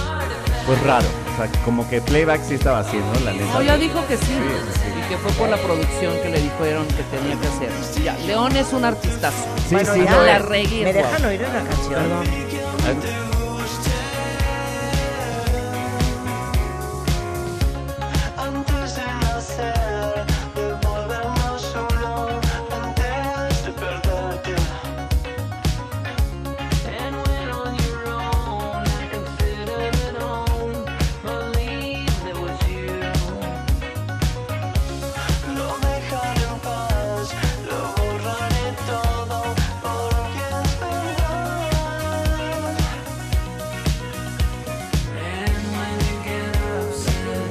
[SPEAKER 5] pues raro. O sea, como que playback sí estaba haciendo, la neta.
[SPEAKER 4] No, ya dijo que sí. Y que fue por la producción que le dijeron que tenía que hacer. Ya, León es un artistazo.
[SPEAKER 5] Sí,
[SPEAKER 4] Bueno,
[SPEAKER 5] sí,
[SPEAKER 4] ya
[SPEAKER 5] lo
[SPEAKER 4] la
[SPEAKER 5] es.
[SPEAKER 4] reggae,
[SPEAKER 2] ¿Me
[SPEAKER 4] guau.
[SPEAKER 2] dejan oír una canción?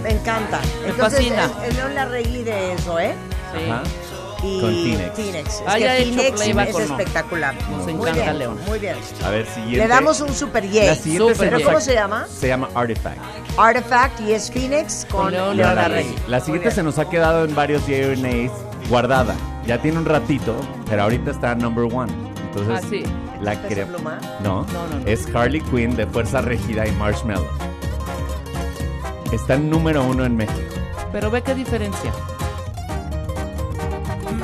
[SPEAKER 2] Me encanta.
[SPEAKER 4] Me
[SPEAKER 2] Entonces,
[SPEAKER 4] fascina.
[SPEAKER 2] El, el León Larregui de eso, ¿eh?
[SPEAKER 4] pues, Sí.
[SPEAKER 5] Ajá.
[SPEAKER 2] Y
[SPEAKER 5] Con Kleenex.
[SPEAKER 2] Es
[SPEAKER 4] Haya
[SPEAKER 2] que
[SPEAKER 4] Ah, hecho
[SPEAKER 2] Kleenex
[SPEAKER 4] playback
[SPEAKER 2] es
[SPEAKER 4] o no.
[SPEAKER 2] espectacular.
[SPEAKER 4] Nos
[SPEAKER 2] muy
[SPEAKER 4] encanta
[SPEAKER 2] bien,
[SPEAKER 4] León.
[SPEAKER 2] Muy bien.
[SPEAKER 5] A ver, siguiente.
[SPEAKER 2] Le damos un super yay.
[SPEAKER 5] La siguiente
[SPEAKER 2] Super
[SPEAKER 5] se nos
[SPEAKER 2] ¿Cómo
[SPEAKER 5] ac-
[SPEAKER 2] se llama?
[SPEAKER 5] Se llama Artifact.
[SPEAKER 2] Artifact y es Phoenix con León Larregui.
[SPEAKER 5] La siguiente se nos ha quedado en varios DNAs guardada. Ya tiene un ratito, pero ahorita está number one. Entonces,
[SPEAKER 4] Ah, sí.
[SPEAKER 5] la
[SPEAKER 2] ¿Es
[SPEAKER 5] creo.
[SPEAKER 2] Pluma?
[SPEAKER 5] No,
[SPEAKER 4] No, no, no.
[SPEAKER 5] es Harley Quinn de Fuerza Regida y Marshmallow. Está en número uno en México.
[SPEAKER 4] Pero ve qué diferencia.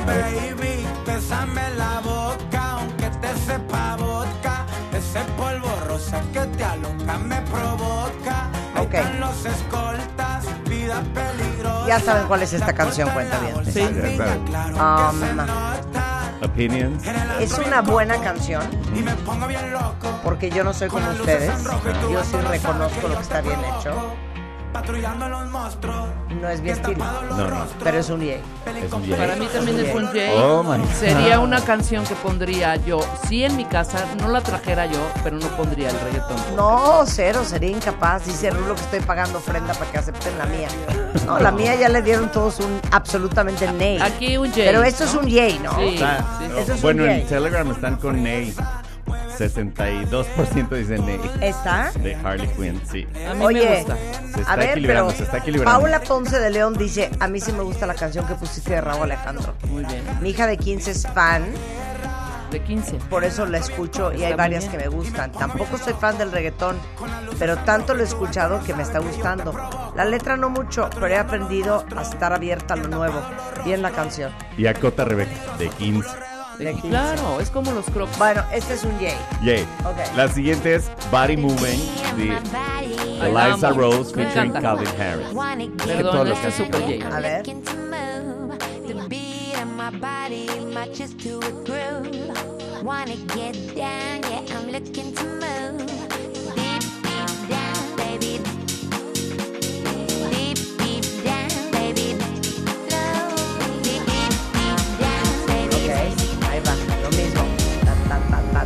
[SPEAKER 11] Baby, pésame la boca, aunque te sepa vodka. Ese polvo rosa que te aloca me provoca. Ahí
[SPEAKER 2] Ok.
[SPEAKER 11] están los escoltas, vida peligrosa.
[SPEAKER 2] Ya saben cuál es esta canción, cuenta bien. Um,
[SPEAKER 5] Sí. Ya saben. Opinions.
[SPEAKER 2] es una buena canción. Porque yo no soy como ustedes. Yo sí reconozco lo que está bien hecho. No es mi estilo.
[SPEAKER 5] No, no.
[SPEAKER 2] Pero es un E yay.
[SPEAKER 5] Es un yay.
[SPEAKER 4] Para mí también es un yay.
[SPEAKER 5] Oh my
[SPEAKER 4] Sería
[SPEAKER 5] God.
[SPEAKER 4] una canción que pondría yo, sí en mi casa, no la trajera yo, pero no pondría el reggaetón.
[SPEAKER 2] No, cero, sería incapaz. Dice Rulo que estoy pagando ofrenda para que acepten la mía. No, la mía ya le dieron todos un absolutamente nay.
[SPEAKER 4] Aquí un yay.
[SPEAKER 2] Pero esto es
[SPEAKER 4] ¿no?
[SPEAKER 2] un yay, ¿no?
[SPEAKER 4] Sí.
[SPEAKER 5] Está-
[SPEAKER 2] Eso es un
[SPEAKER 5] bueno,
[SPEAKER 2] yay.
[SPEAKER 5] en Telegram están con Ney. 62% dicen de,
[SPEAKER 2] ¿Está?
[SPEAKER 5] de Harley Quinn, sí.
[SPEAKER 2] Oye,
[SPEAKER 5] Se está
[SPEAKER 2] a ver,
[SPEAKER 5] equilibrando,
[SPEAKER 2] pero
[SPEAKER 5] se está equilibrando.
[SPEAKER 2] Paula Ponce de León dice, a mí sí me gusta la canción que pusiste de Raúl Alejandro.
[SPEAKER 4] Muy bien.
[SPEAKER 2] Mi hija de 15 es fan.
[SPEAKER 4] De 15.
[SPEAKER 2] Por eso la escucho y
[SPEAKER 4] Está
[SPEAKER 2] hay
[SPEAKER 4] muy
[SPEAKER 2] varias
[SPEAKER 4] bien.
[SPEAKER 2] que me gustan. Tampoco soy fan del reggaetón, pero tanto lo he escuchado que me está gustando. La letra no mucho, pero he aprendido a estar abierta a lo nuevo. Bien la canción.
[SPEAKER 5] Y acota Rebeca de 15.
[SPEAKER 2] De 15.
[SPEAKER 4] Claro, es como los crocs.
[SPEAKER 2] Bueno, este es un J.
[SPEAKER 5] Yay.
[SPEAKER 2] Ok.
[SPEAKER 5] La siguiente es Body Moving de Eliza Rose
[SPEAKER 4] Me
[SPEAKER 5] featuring
[SPEAKER 4] encanta.
[SPEAKER 5] Calvin Harris. Es que
[SPEAKER 4] Perdón,
[SPEAKER 5] todos los
[SPEAKER 4] este es
[SPEAKER 5] cantantes-
[SPEAKER 4] Super J.
[SPEAKER 2] A ver.
[SPEAKER 10] The beat of my body matches to a groove. Wanna get down, yeah, I'm looking to move. Deep, deep down, baby. Deep, deep down, baby. Low. Deep, deep, deep down, baby.
[SPEAKER 2] Ahí va, lo mismo. Ta, ta, ta,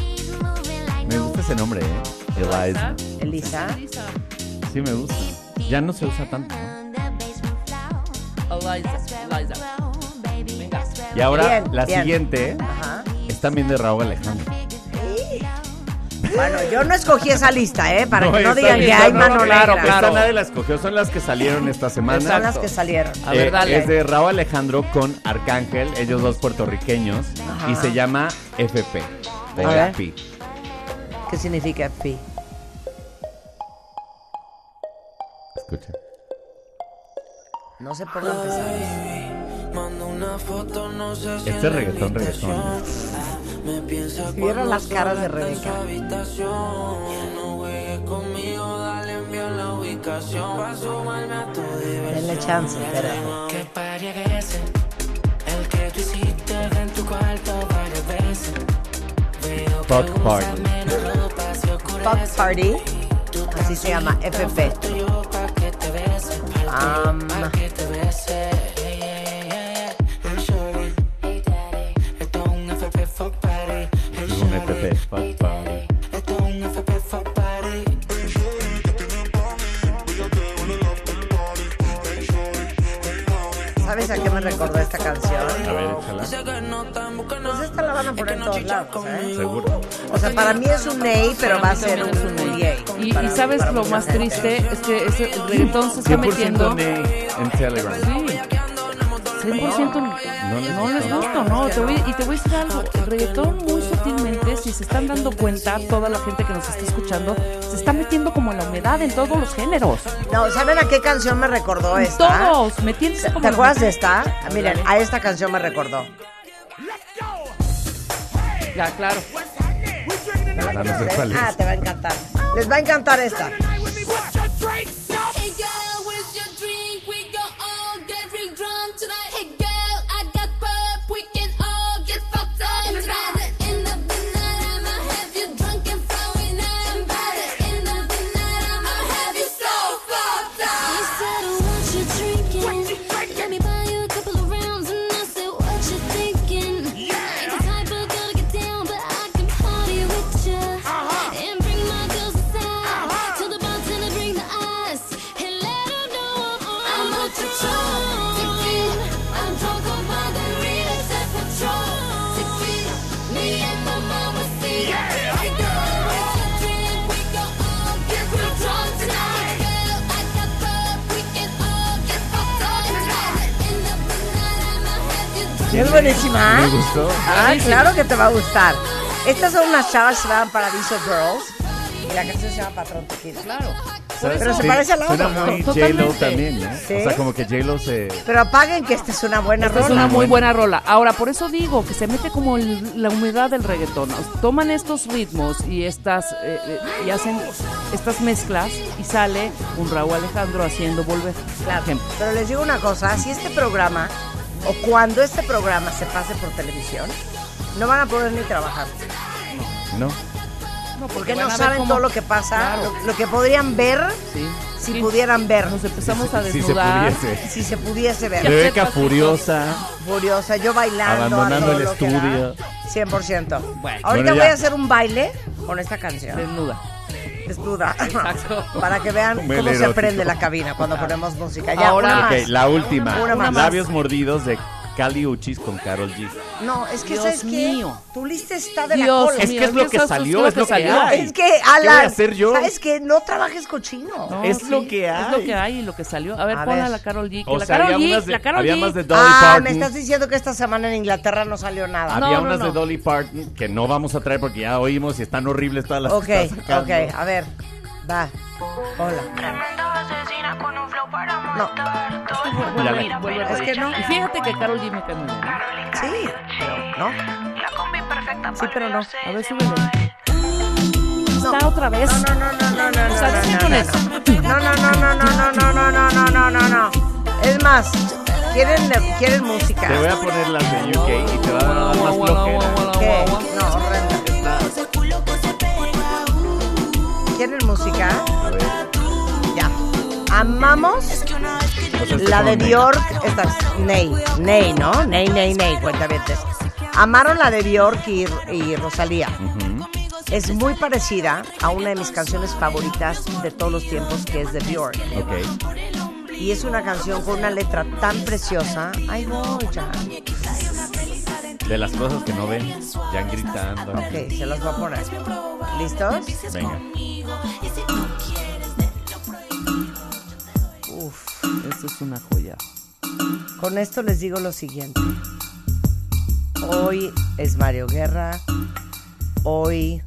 [SPEAKER 5] Me gusta ese nombre, ¿eh? Eliza.
[SPEAKER 2] Elisa.
[SPEAKER 5] Sí, me gusta. Ya no se usa tanto. ¿no?
[SPEAKER 4] Eliza. Eliza. Venga.
[SPEAKER 5] Y ahora
[SPEAKER 2] Bien,
[SPEAKER 5] la
[SPEAKER 2] bien.
[SPEAKER 5] siguiente
[SPEAKER 2] Ajá.
[SPEAKER 5] es también de Raúl Alejandro.
[SPEAKER 2] Bueno, yo no escogí esa lista, ¿eh? Para que no
[SPEAKER 5] esta-
[SPEAKER 2] digan que
[SPEAKER 5] esta
[SPEAKER 2] hay
[SPEAKER 5] no,
[SPEAKER 2] mano
[SPEAKER 5] claro,
[SPEAKER 2] negra.
[SPEAKER 5] Esta nadie la escogió, son las que salieron esta semana.
[SPEAKER 2] Son las que salieron.
[SPEAKER 5] Eh, Es de Raúl Alejandro con Arcángel, ellos dos puertorriqueños,
[SPEAKER 2] Ajá.
[SPEAKER 5] y se llama FP. o
[SPEAKER 2] A ver.
[SPEAKER 5] FP.
[SPEAKER 2] ¿Qué significa FP?
[SPEAKER 5] Escucha.
[SPEAKER 2] No se pongan pesados.
[SPEAKER 6] Mando una foto, no sé si
[SPEAKER 5] Este
[SPEAKER 6] en
[SPEAKER 5] es
[SPEAKER 6] la
[SPEAKER 5] reggaetón, reggaetón.
[SPEAKER 6] habitación. Me piensa
[SPEAKER 2] Si vieran
[SPEAKER 6] cuando
[SPEAKER 2] las caras de
[SPEAKER 6] salga en su
[SPEAKER 2] Rebeca.
[SPEAKER 6] habitación. No juegues conmigo, dale envía la ubicación. Pa' sumarme a tu
[SPEAKER 2] Denle
[SPEAKER 6] diversión.
[SPEAKER 2] chance, espérate.
[SPEAKER 6] Que party es ese? El que tú hiciste en tu cuarto varias veces. Veo que
[SPEAKER 5] Fuck
[SPEAKER 6] usas
[SPEAKER 5] party.
[SPEAKER 6] menos ropa, se ocurre
[SPEAKER 2] Fuck Party. Así se llama, Ah, FP.
[SPEAKER 6] yo pa' que te bese,
[SPEAKER 2] Am.
[SPEAKER 6] pa' que te bese. Yeah, yeah, yeah, yeah. Hey, shorty. Esto es un FP fuck party. Hey,
[SPEAKER 5] Es un
[SPEAKER 6] shorty.
[SPEAKER 5] FP. fuck party.
[SPEAKER 6] Esto es un FP fuck party.
[SPEAKER 2] ¿Sabes a qué me recordó esta canción?
[SPEAKER 5] A ver, échala.
[SPEAKER 2] Pues esta la van a poner en todos lados, ¿eh?
[SPEAKER 5] Seguro.
[SPEAKER 2] O sea, para mí es un A, pero va a ser un, un
[SPEAKER 4] Y, y sabes lo más triste es que ese el reggaetón se está
[SPEAKER 5] 100%
[SPEAKER 4] metiendo.
[SPEAKER 5] ne- en Telegram.
[SPEAKER 4] Sí. 100%
[SPEAKER 5] No les
[SPEAKER 4] no les
[SPEAKER 5] gustó.
[SPEAKER 4] gusta, no. Te voy- y te voy a decir algo. El reggaetón, muy sutilmente, si se están dando cuenta, toda la gente que nos está escuchando, se está metiendo como en la humedad en todos los géneros.
[SPEAKER 2] No, ¿saben a qué canción me recordó
[SPEAKER 4] En
[SPEAKER 2] esta?
[SPEAKER 4] todos, metiéndose como
[SPEAKER 2] ¿Te
[SPEAKER 4] en la
[SPEAKER 2] acuerdas de
[SPEAKER 4] humedad.
[SPEAKER 2] esta? Ah, Miren, a esta canción me recordó.
[SPEAKER 4] Ya, claro.
[SPEAKER 5] Verdad, no sé cuál es.
[SPEAKER 2] Ah, te va a encantar. Les va a encantar esta.
[SPEAKER 10] Hey girl, where's your drink? We gon' all get real drunk tonight. Hey girl, I got pop. We can all get fucked up tonight. By the end of the night, I'ma have you drunk and flowing out. And by the end of the night, I'ma have you so fucked up. You said what you drinking? Let me buy you a couple of rounds, and I said what you thinking? Ain't the type of girl to get down, but I can party with ya and bring my girls aside. Till the bartender bring the ice and let her know I'm on patrol. Tequila, I'm drunk on margarita, set patrol. Tequila, me and my mama see. Yeah, I go. It's a dream, we go all get real drunk tonight. Girl, I got love, we can all get fucked up tonight. End of the night, I'ma have you drunk.
[SPEAKER 2] Es buenísima.
[SPEAKER 5] Me gustó.
[SPEAKER 2] Ah, claro que te va a gustar. Estas son unas chavas que se llaman Paradiso Girls. Y la canción se llama Patrón Tequila.
[SPEAKER 4] Claro.
[SPEAKER 2] Pero se parece a la otra.
[SPEAKER 5] Suena muy
[SPEAKER 2] ¿no?
[SPEAKER 5] J-Lo también, ¿eh?
[SPEAKER 2] Sí.
[SPEAKER 5] O sea, como que J-Lo se...
[SPEAKER 2] Pero apaguen que esta es una buena
[SPEAKER 4] Esta
[SPEAKER 2] rola.
[SPEAKER 4] es una muy buena rola. Ahora, por eso digo que se mete como el- la humedad del reggaetón. O sea, Toman estos ritmos y estas eh, eh, y hacen estas mezclas y sale un Raúl Alejandro haciendo volver. Por ejemplo.
[SPEAKER 2] Pero les digo una cosa, si este programa o cuando este programa se pase por televisión, no van a poder ni trabajar.
[SPEAKER 5] No.
[SPEAKER 2] Porque
[SPEAKER 4] van
[SPEAKER 2] no
[SPEAKER 4] a ver
[SPEAKER 2] saben
[SPEAKER 4] cómo-
[SPEAKER 2] todo lo que pasa,
[SPEAKER 4] Claro.
[SPEAKER 2] lo, lo que podrían ver si pudieran ver. Nos
[SPEAKER 4] empezamos a
[SPEAKER 5] Si se desnudar. pudiese.
[SPEAKER 2] Si se pudiese ver.
[SPEAKER 5] Rebeca furiosa,
[SPEAKER 2] Furiosa, yo bailando.
[SPEAKER 5] abandonando
[SPEAKER 2] a todo
[SPEAKER 5] el
[SPEAKER 2] lo que da.
[SPEAKER 5] estudio.
[SPEAKER 2] 100%. Ahorita
[SPEAKER 5] Bueno,
[SPEAKER 2] voy
[SPEAKER 5] ya.
[SPEAKER 2] a hacer un baile con esta canción.
[SPEAKER 4] Desnuda.
[SPEAKER 2] Desnuda. Para que vean
[SPEAKER 5] Un
[SPEAKER 2] cómo se
[SPEAKER 5] erótico.
[SPEAKER 2] prende la cabina cuando ponemos música. Ya,
[SPEAKER 4] Ahora-
[SPEAKER 2] una
[SPEAKER 5] Ok,
[SPEAKER 2] más.
[SPEAKER 5] la última.
[SPEAKER 2] Una más.
[SPEAKER 5] Labios mordidos de Cali Uchis con Carol G.
[SPEAKER 2] No, es que
[SPEAKER 4] Dios
[SPEAKER 2] ¿sabes qué?
[SPEAKER 4] mío.
[SPEAKER 2] Tu lista está de la
[SPEAKER 4] Dios
[SPEAKER 2] cola.
[SPEAKER 5] Es que mío, es lo es que que salió, es lo es lo que que salió. hay.
[SPEAKER 2] Es que, Alan,
[SPEAKER 5] ¿Qué voy a hacer yo?
[SPEAKER 2] ¿sabes qué? No trabajes cochino.
[SPEAKER 4] No, sí, Es lo que hay y lo que salió. A ver,
[SPEAKER 2] A
[SPEAKER 4] ponla
[SPEAKER 2] ver.
[SPEAKER 4] la Carol G. que
[SPEAKER 5] O
[SPEAKER 4] la
[SPEAKER 5] sea,
[SPEAKER 4] Karol
[SPEAKER 5] había
[SPEAKER 4] G,
[SPEAKER 5] unas de-
[SPEAKER 4] la Karol
[SPEAKER 5] había
[SPEAKER 4] G.
[SPEAKER 5] más de Dolly
[SPEAKER 2] Ah,
[SPEAKER 5] Parton.
[SPEAKER 2] me estás diciendo que esta semana en Inglaterra no salió nada.
[SPEAKER 5] Había unas de Dolly Parton que no vamos a traer porque ya oímos y están horribles todas las
[SPEAKER 2] Ok,
[SPEAKER 5] que está sacando.
[SPEAKER 2] ok, a ver. Va. Hola. No.
[SPEAKER 4] Vuelve a ir, vuelve a ir. Es que no. Y fíjate que Carol G me cae muy bien.
[SPEAKER 2] Sí, pero no. Sí, pero no.
[SPEAKER 4] A ver, súbele. Está otra vez.
[SPEAKER 2] No, no, no, no, no.
[SPEAKER 4] O sea,
[SPEAKER 2] no,
[SPEAKER 4] ¿qué
[SPEAKER 2] no,
[SPEAKER 4] con
[SPEAKER 2] no,
[SPEAKER 4] eso?
[SPEAKER 2] No, no, no, no, no, no, no, no, no, no, no, no, no. Es más, quieren, quieren música.
[SPEAKER 5] Te voy a poner las de UK y te va a dar más flojera.
[SPEAKER 2] ¿Qué? No, horrenda. ¿Quieren música? Ya. Amamos la de Bjork. Esta es Ney. Ney, ¿no? Ney, Ney, Ney. Cuentavientes. Amaron la de Bjork y, y Rosalía. Es muy parecida a una de mis canciones favoritas de todos los tiempos, que es de Bjork.
[SPEAKER 5] Ok.
[SPEAKER 2] Y es una canción con una letra tan preciosa. Ay, no, ya.
[SPEAKER 5] De las cosas que no ven, ya gritando.
[SPEAKER 2] Ok, se las voy a poner. ¿Listos?
[SPEAKER 5] Venga.
[SPEAKER 2] Uf.
[SPEAKER 4] Esto es una joya.
[SPEAKER 2] Con esto les digo lo siguiente. Hoy es Mario Guerra. Hoy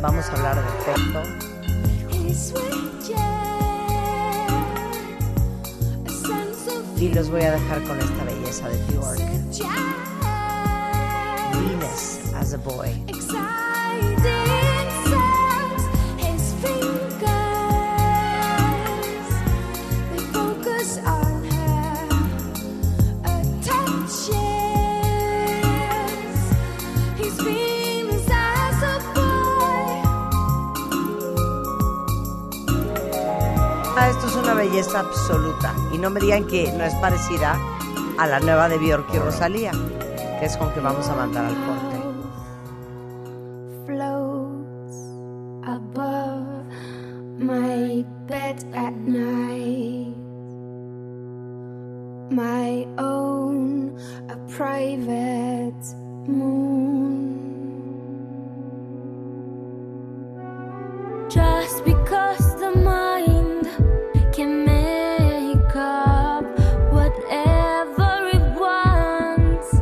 [SPEAKER 2] vamos a hablar de efecto. Y los voy a dejar con esta belleza de Bjork. Venus as a boy. Ah, esto es una belleza absoluta. Y no me digan que no es parecida a la nueva de Bjork y Rosalía, que es con que vamos a mandar al corte.
[SPEAKER 10] floats above my bed at night. My own, a private moon. Just because the mind can make up whatever it wants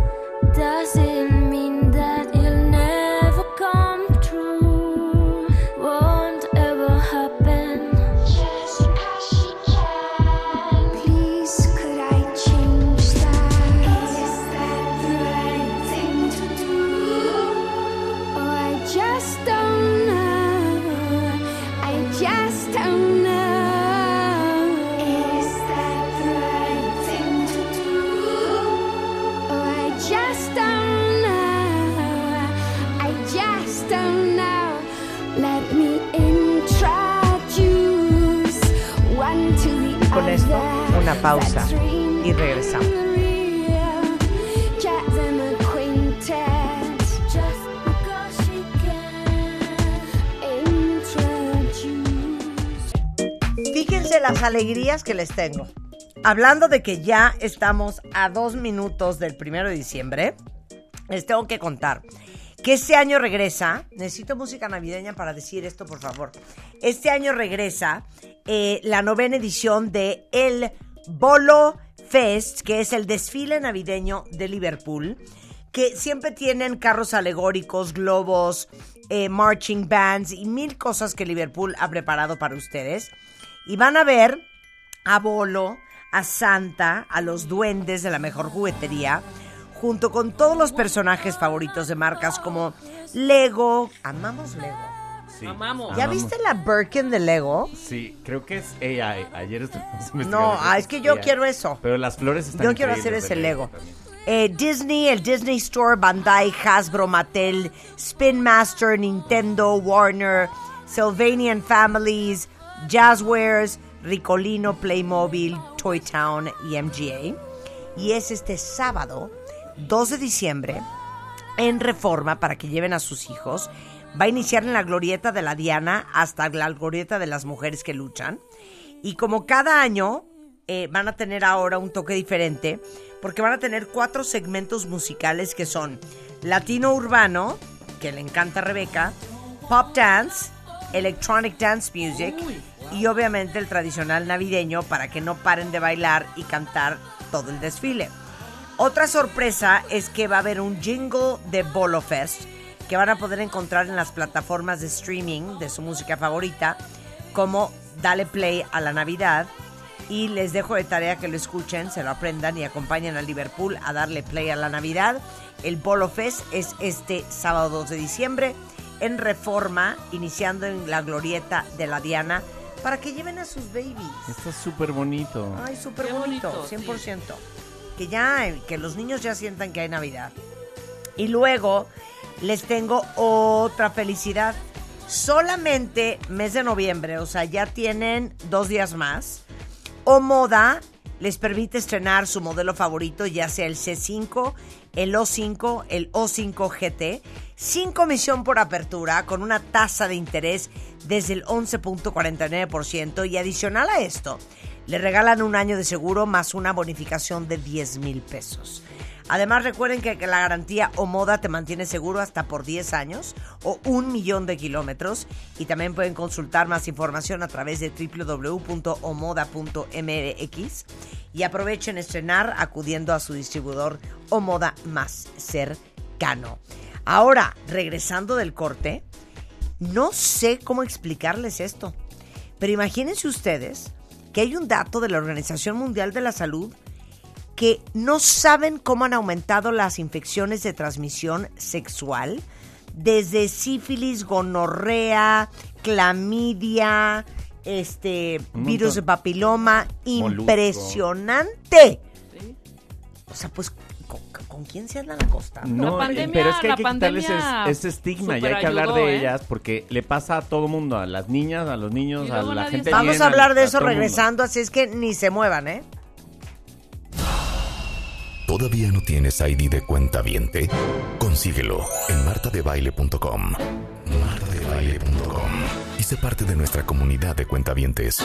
[SPEAKER 10] doesn't mean that it'll never come true. Won't ever happen. Just because she can. Please, could I change that? Is that the right thing to do? Oh, I just don't know. I just don't know. Is that the right thing to do? Oh, I just don't know. I just don't know. Let me introduce one to the
[SPEAKER 2] Con esto, una pausa y regresamos.
[SPEAKER 10] other. Just an acquaintance. Just because she can introduce.
[SPEAKER 2] Fíjense las alegrías que les tengo. Hablando de que ya estamos a dos minutos del primero de diciembre, les tengo que contar que este año regresa. Necesito música navideña para decir esto, por favor. Este año regresa eh, la novena edición de El Bolo Fest, que es el desfile navideño de Liverpool, que siempre tienen carros alegóricos, globos, eh, marching bands y mil cosas que Liverpool ha preparado para ustedes. Y van a ver a Bolo, a Santa, a los duendes de la mejor juguetería, junto con todos los personajes favoritos de marcas como Lego. Amamos Lego.
[SPEAKER 4] Amamos.
[SPEAKER 2] ¿Ya viste la Birkin de Lego?
[SPEAKER 5] Sí, creo que es AI. Ayer estuvimos
[SPEAKER 2] No,
[SPEAKER 5] investigando.
[SPEAKER 2] ah, es que yo
[SPEAKER 5] AI.
[SPEAKER 2] quiero eso.
[SPEAKER 5] Pero las flores están
[SPEAKER 2] Yo quiero hacer
[SPEAKER 5] increíbles
[SPEAKER 2] ese
[SPEAKER 5] de
[SPEAKER 2] Lego. eh, Disney, el Disney Store, Bandai, Hasbro, Mattel, Spin Master, Nintendo, Warner, Sylvanian Families, Jazzwares, Ricolino, Playmobil, Toy Town y MGA. Y es este sábado, 2 de diciembre, en Reforma para que lleven a sus hijos. Va a iniciar en la glorieta de la Diana hasta la glorieta de las mujeres que luchan. Y como cada año, eh, van a tener ahora un toque diferente, porque van a tener cuatro segmentos musicales que son Latino Urbano, que le encanta a Rebeca, Pop Dance, Electronic Dance Music y obviamente el tradicional navideño para que no paren de bailar y cantar todo el desfile. Otra sorpresa es que va a haber un jingle de Bolo Fest que van a poder encontrar en las plataformas de streaming de su música favorita, como Dale Play a la Navidad. Y les dejo de tarea que lo escuchen, se lo aprendan y acompañen a Liverpool a darle play a la Navidad. El Bolo Fest es este sábado 2 de diciembre en Reforma, iniciando en la glorieta de la Diana, para que lleven a sus babies.
[SPEAKER 5] Está súper bonito.
[SPEAKER 2] Ay, súper bonito, 100%. Que ya, eh, que los niños ya sientan que hay Navidad. Y luego les tengo otra felicidad. Solamente mes de noviembre, o sea, ya tienen dos días más. O Moda les permite estrenar su modelo favorito, ya sea el C5, el O5, el O5 GT, sin comisión por apertura, con una tasa de interés desde el 11.49%. Y adicional a esto, le regalan un año de seguro más una bonificación de 10 mil pesos. Además, recuerden que que la garantía o moda te mantiene seguro hasta por 10 años o un millón de kilómetros. Y también pueden consultar más información a través de www.omoda.mx. Y aprovechen estrenar acudiendo a su distribuidor o moda más cercano. Ahora, regresando del corte, no sé cómo explicarles esto, pero imagínense ustedes que hay un dato de la Organización Mundial de la Salud que no saben cómo han aumentado las infecciones de transmisión sexual, desde sífilis, gonorrea, clamidia, este
[SPEAKER 12] Un
[SPEAKER 2] virus
[SPEAKER 12] montón.
[SPEAKER 2] de papiloma,
[SPEAKER 12] Molusco.
[SPEAKER 2] impresionante. O sea, pues ¿con, con quién se andan acostando?
[SPEAKER 5] No, eh, pero es que hay que quitarles es- ese estigma y hay que hablar de ellas porque le pasa a todo mundo, a las niñas, a los niños, a la gente.
[SPEAKER 2] Vamos
[SPEAKER 5] llena,
[SPEAKER 2] a hablar de
[SPEAKER 5] a
[SPEAKER 2] eso
[SPEAKER 5] todo el mundo.
[SPEAKER 2] regresando, así es que ni se muevan, ¿eh?
[SPEAKER 1] ¿Todavía no tienes ID de cuenta viente? Consíguelo en martadebaile.com. Martadebaile.com. Y sé parte de nuestra comunidad de cuentavientes.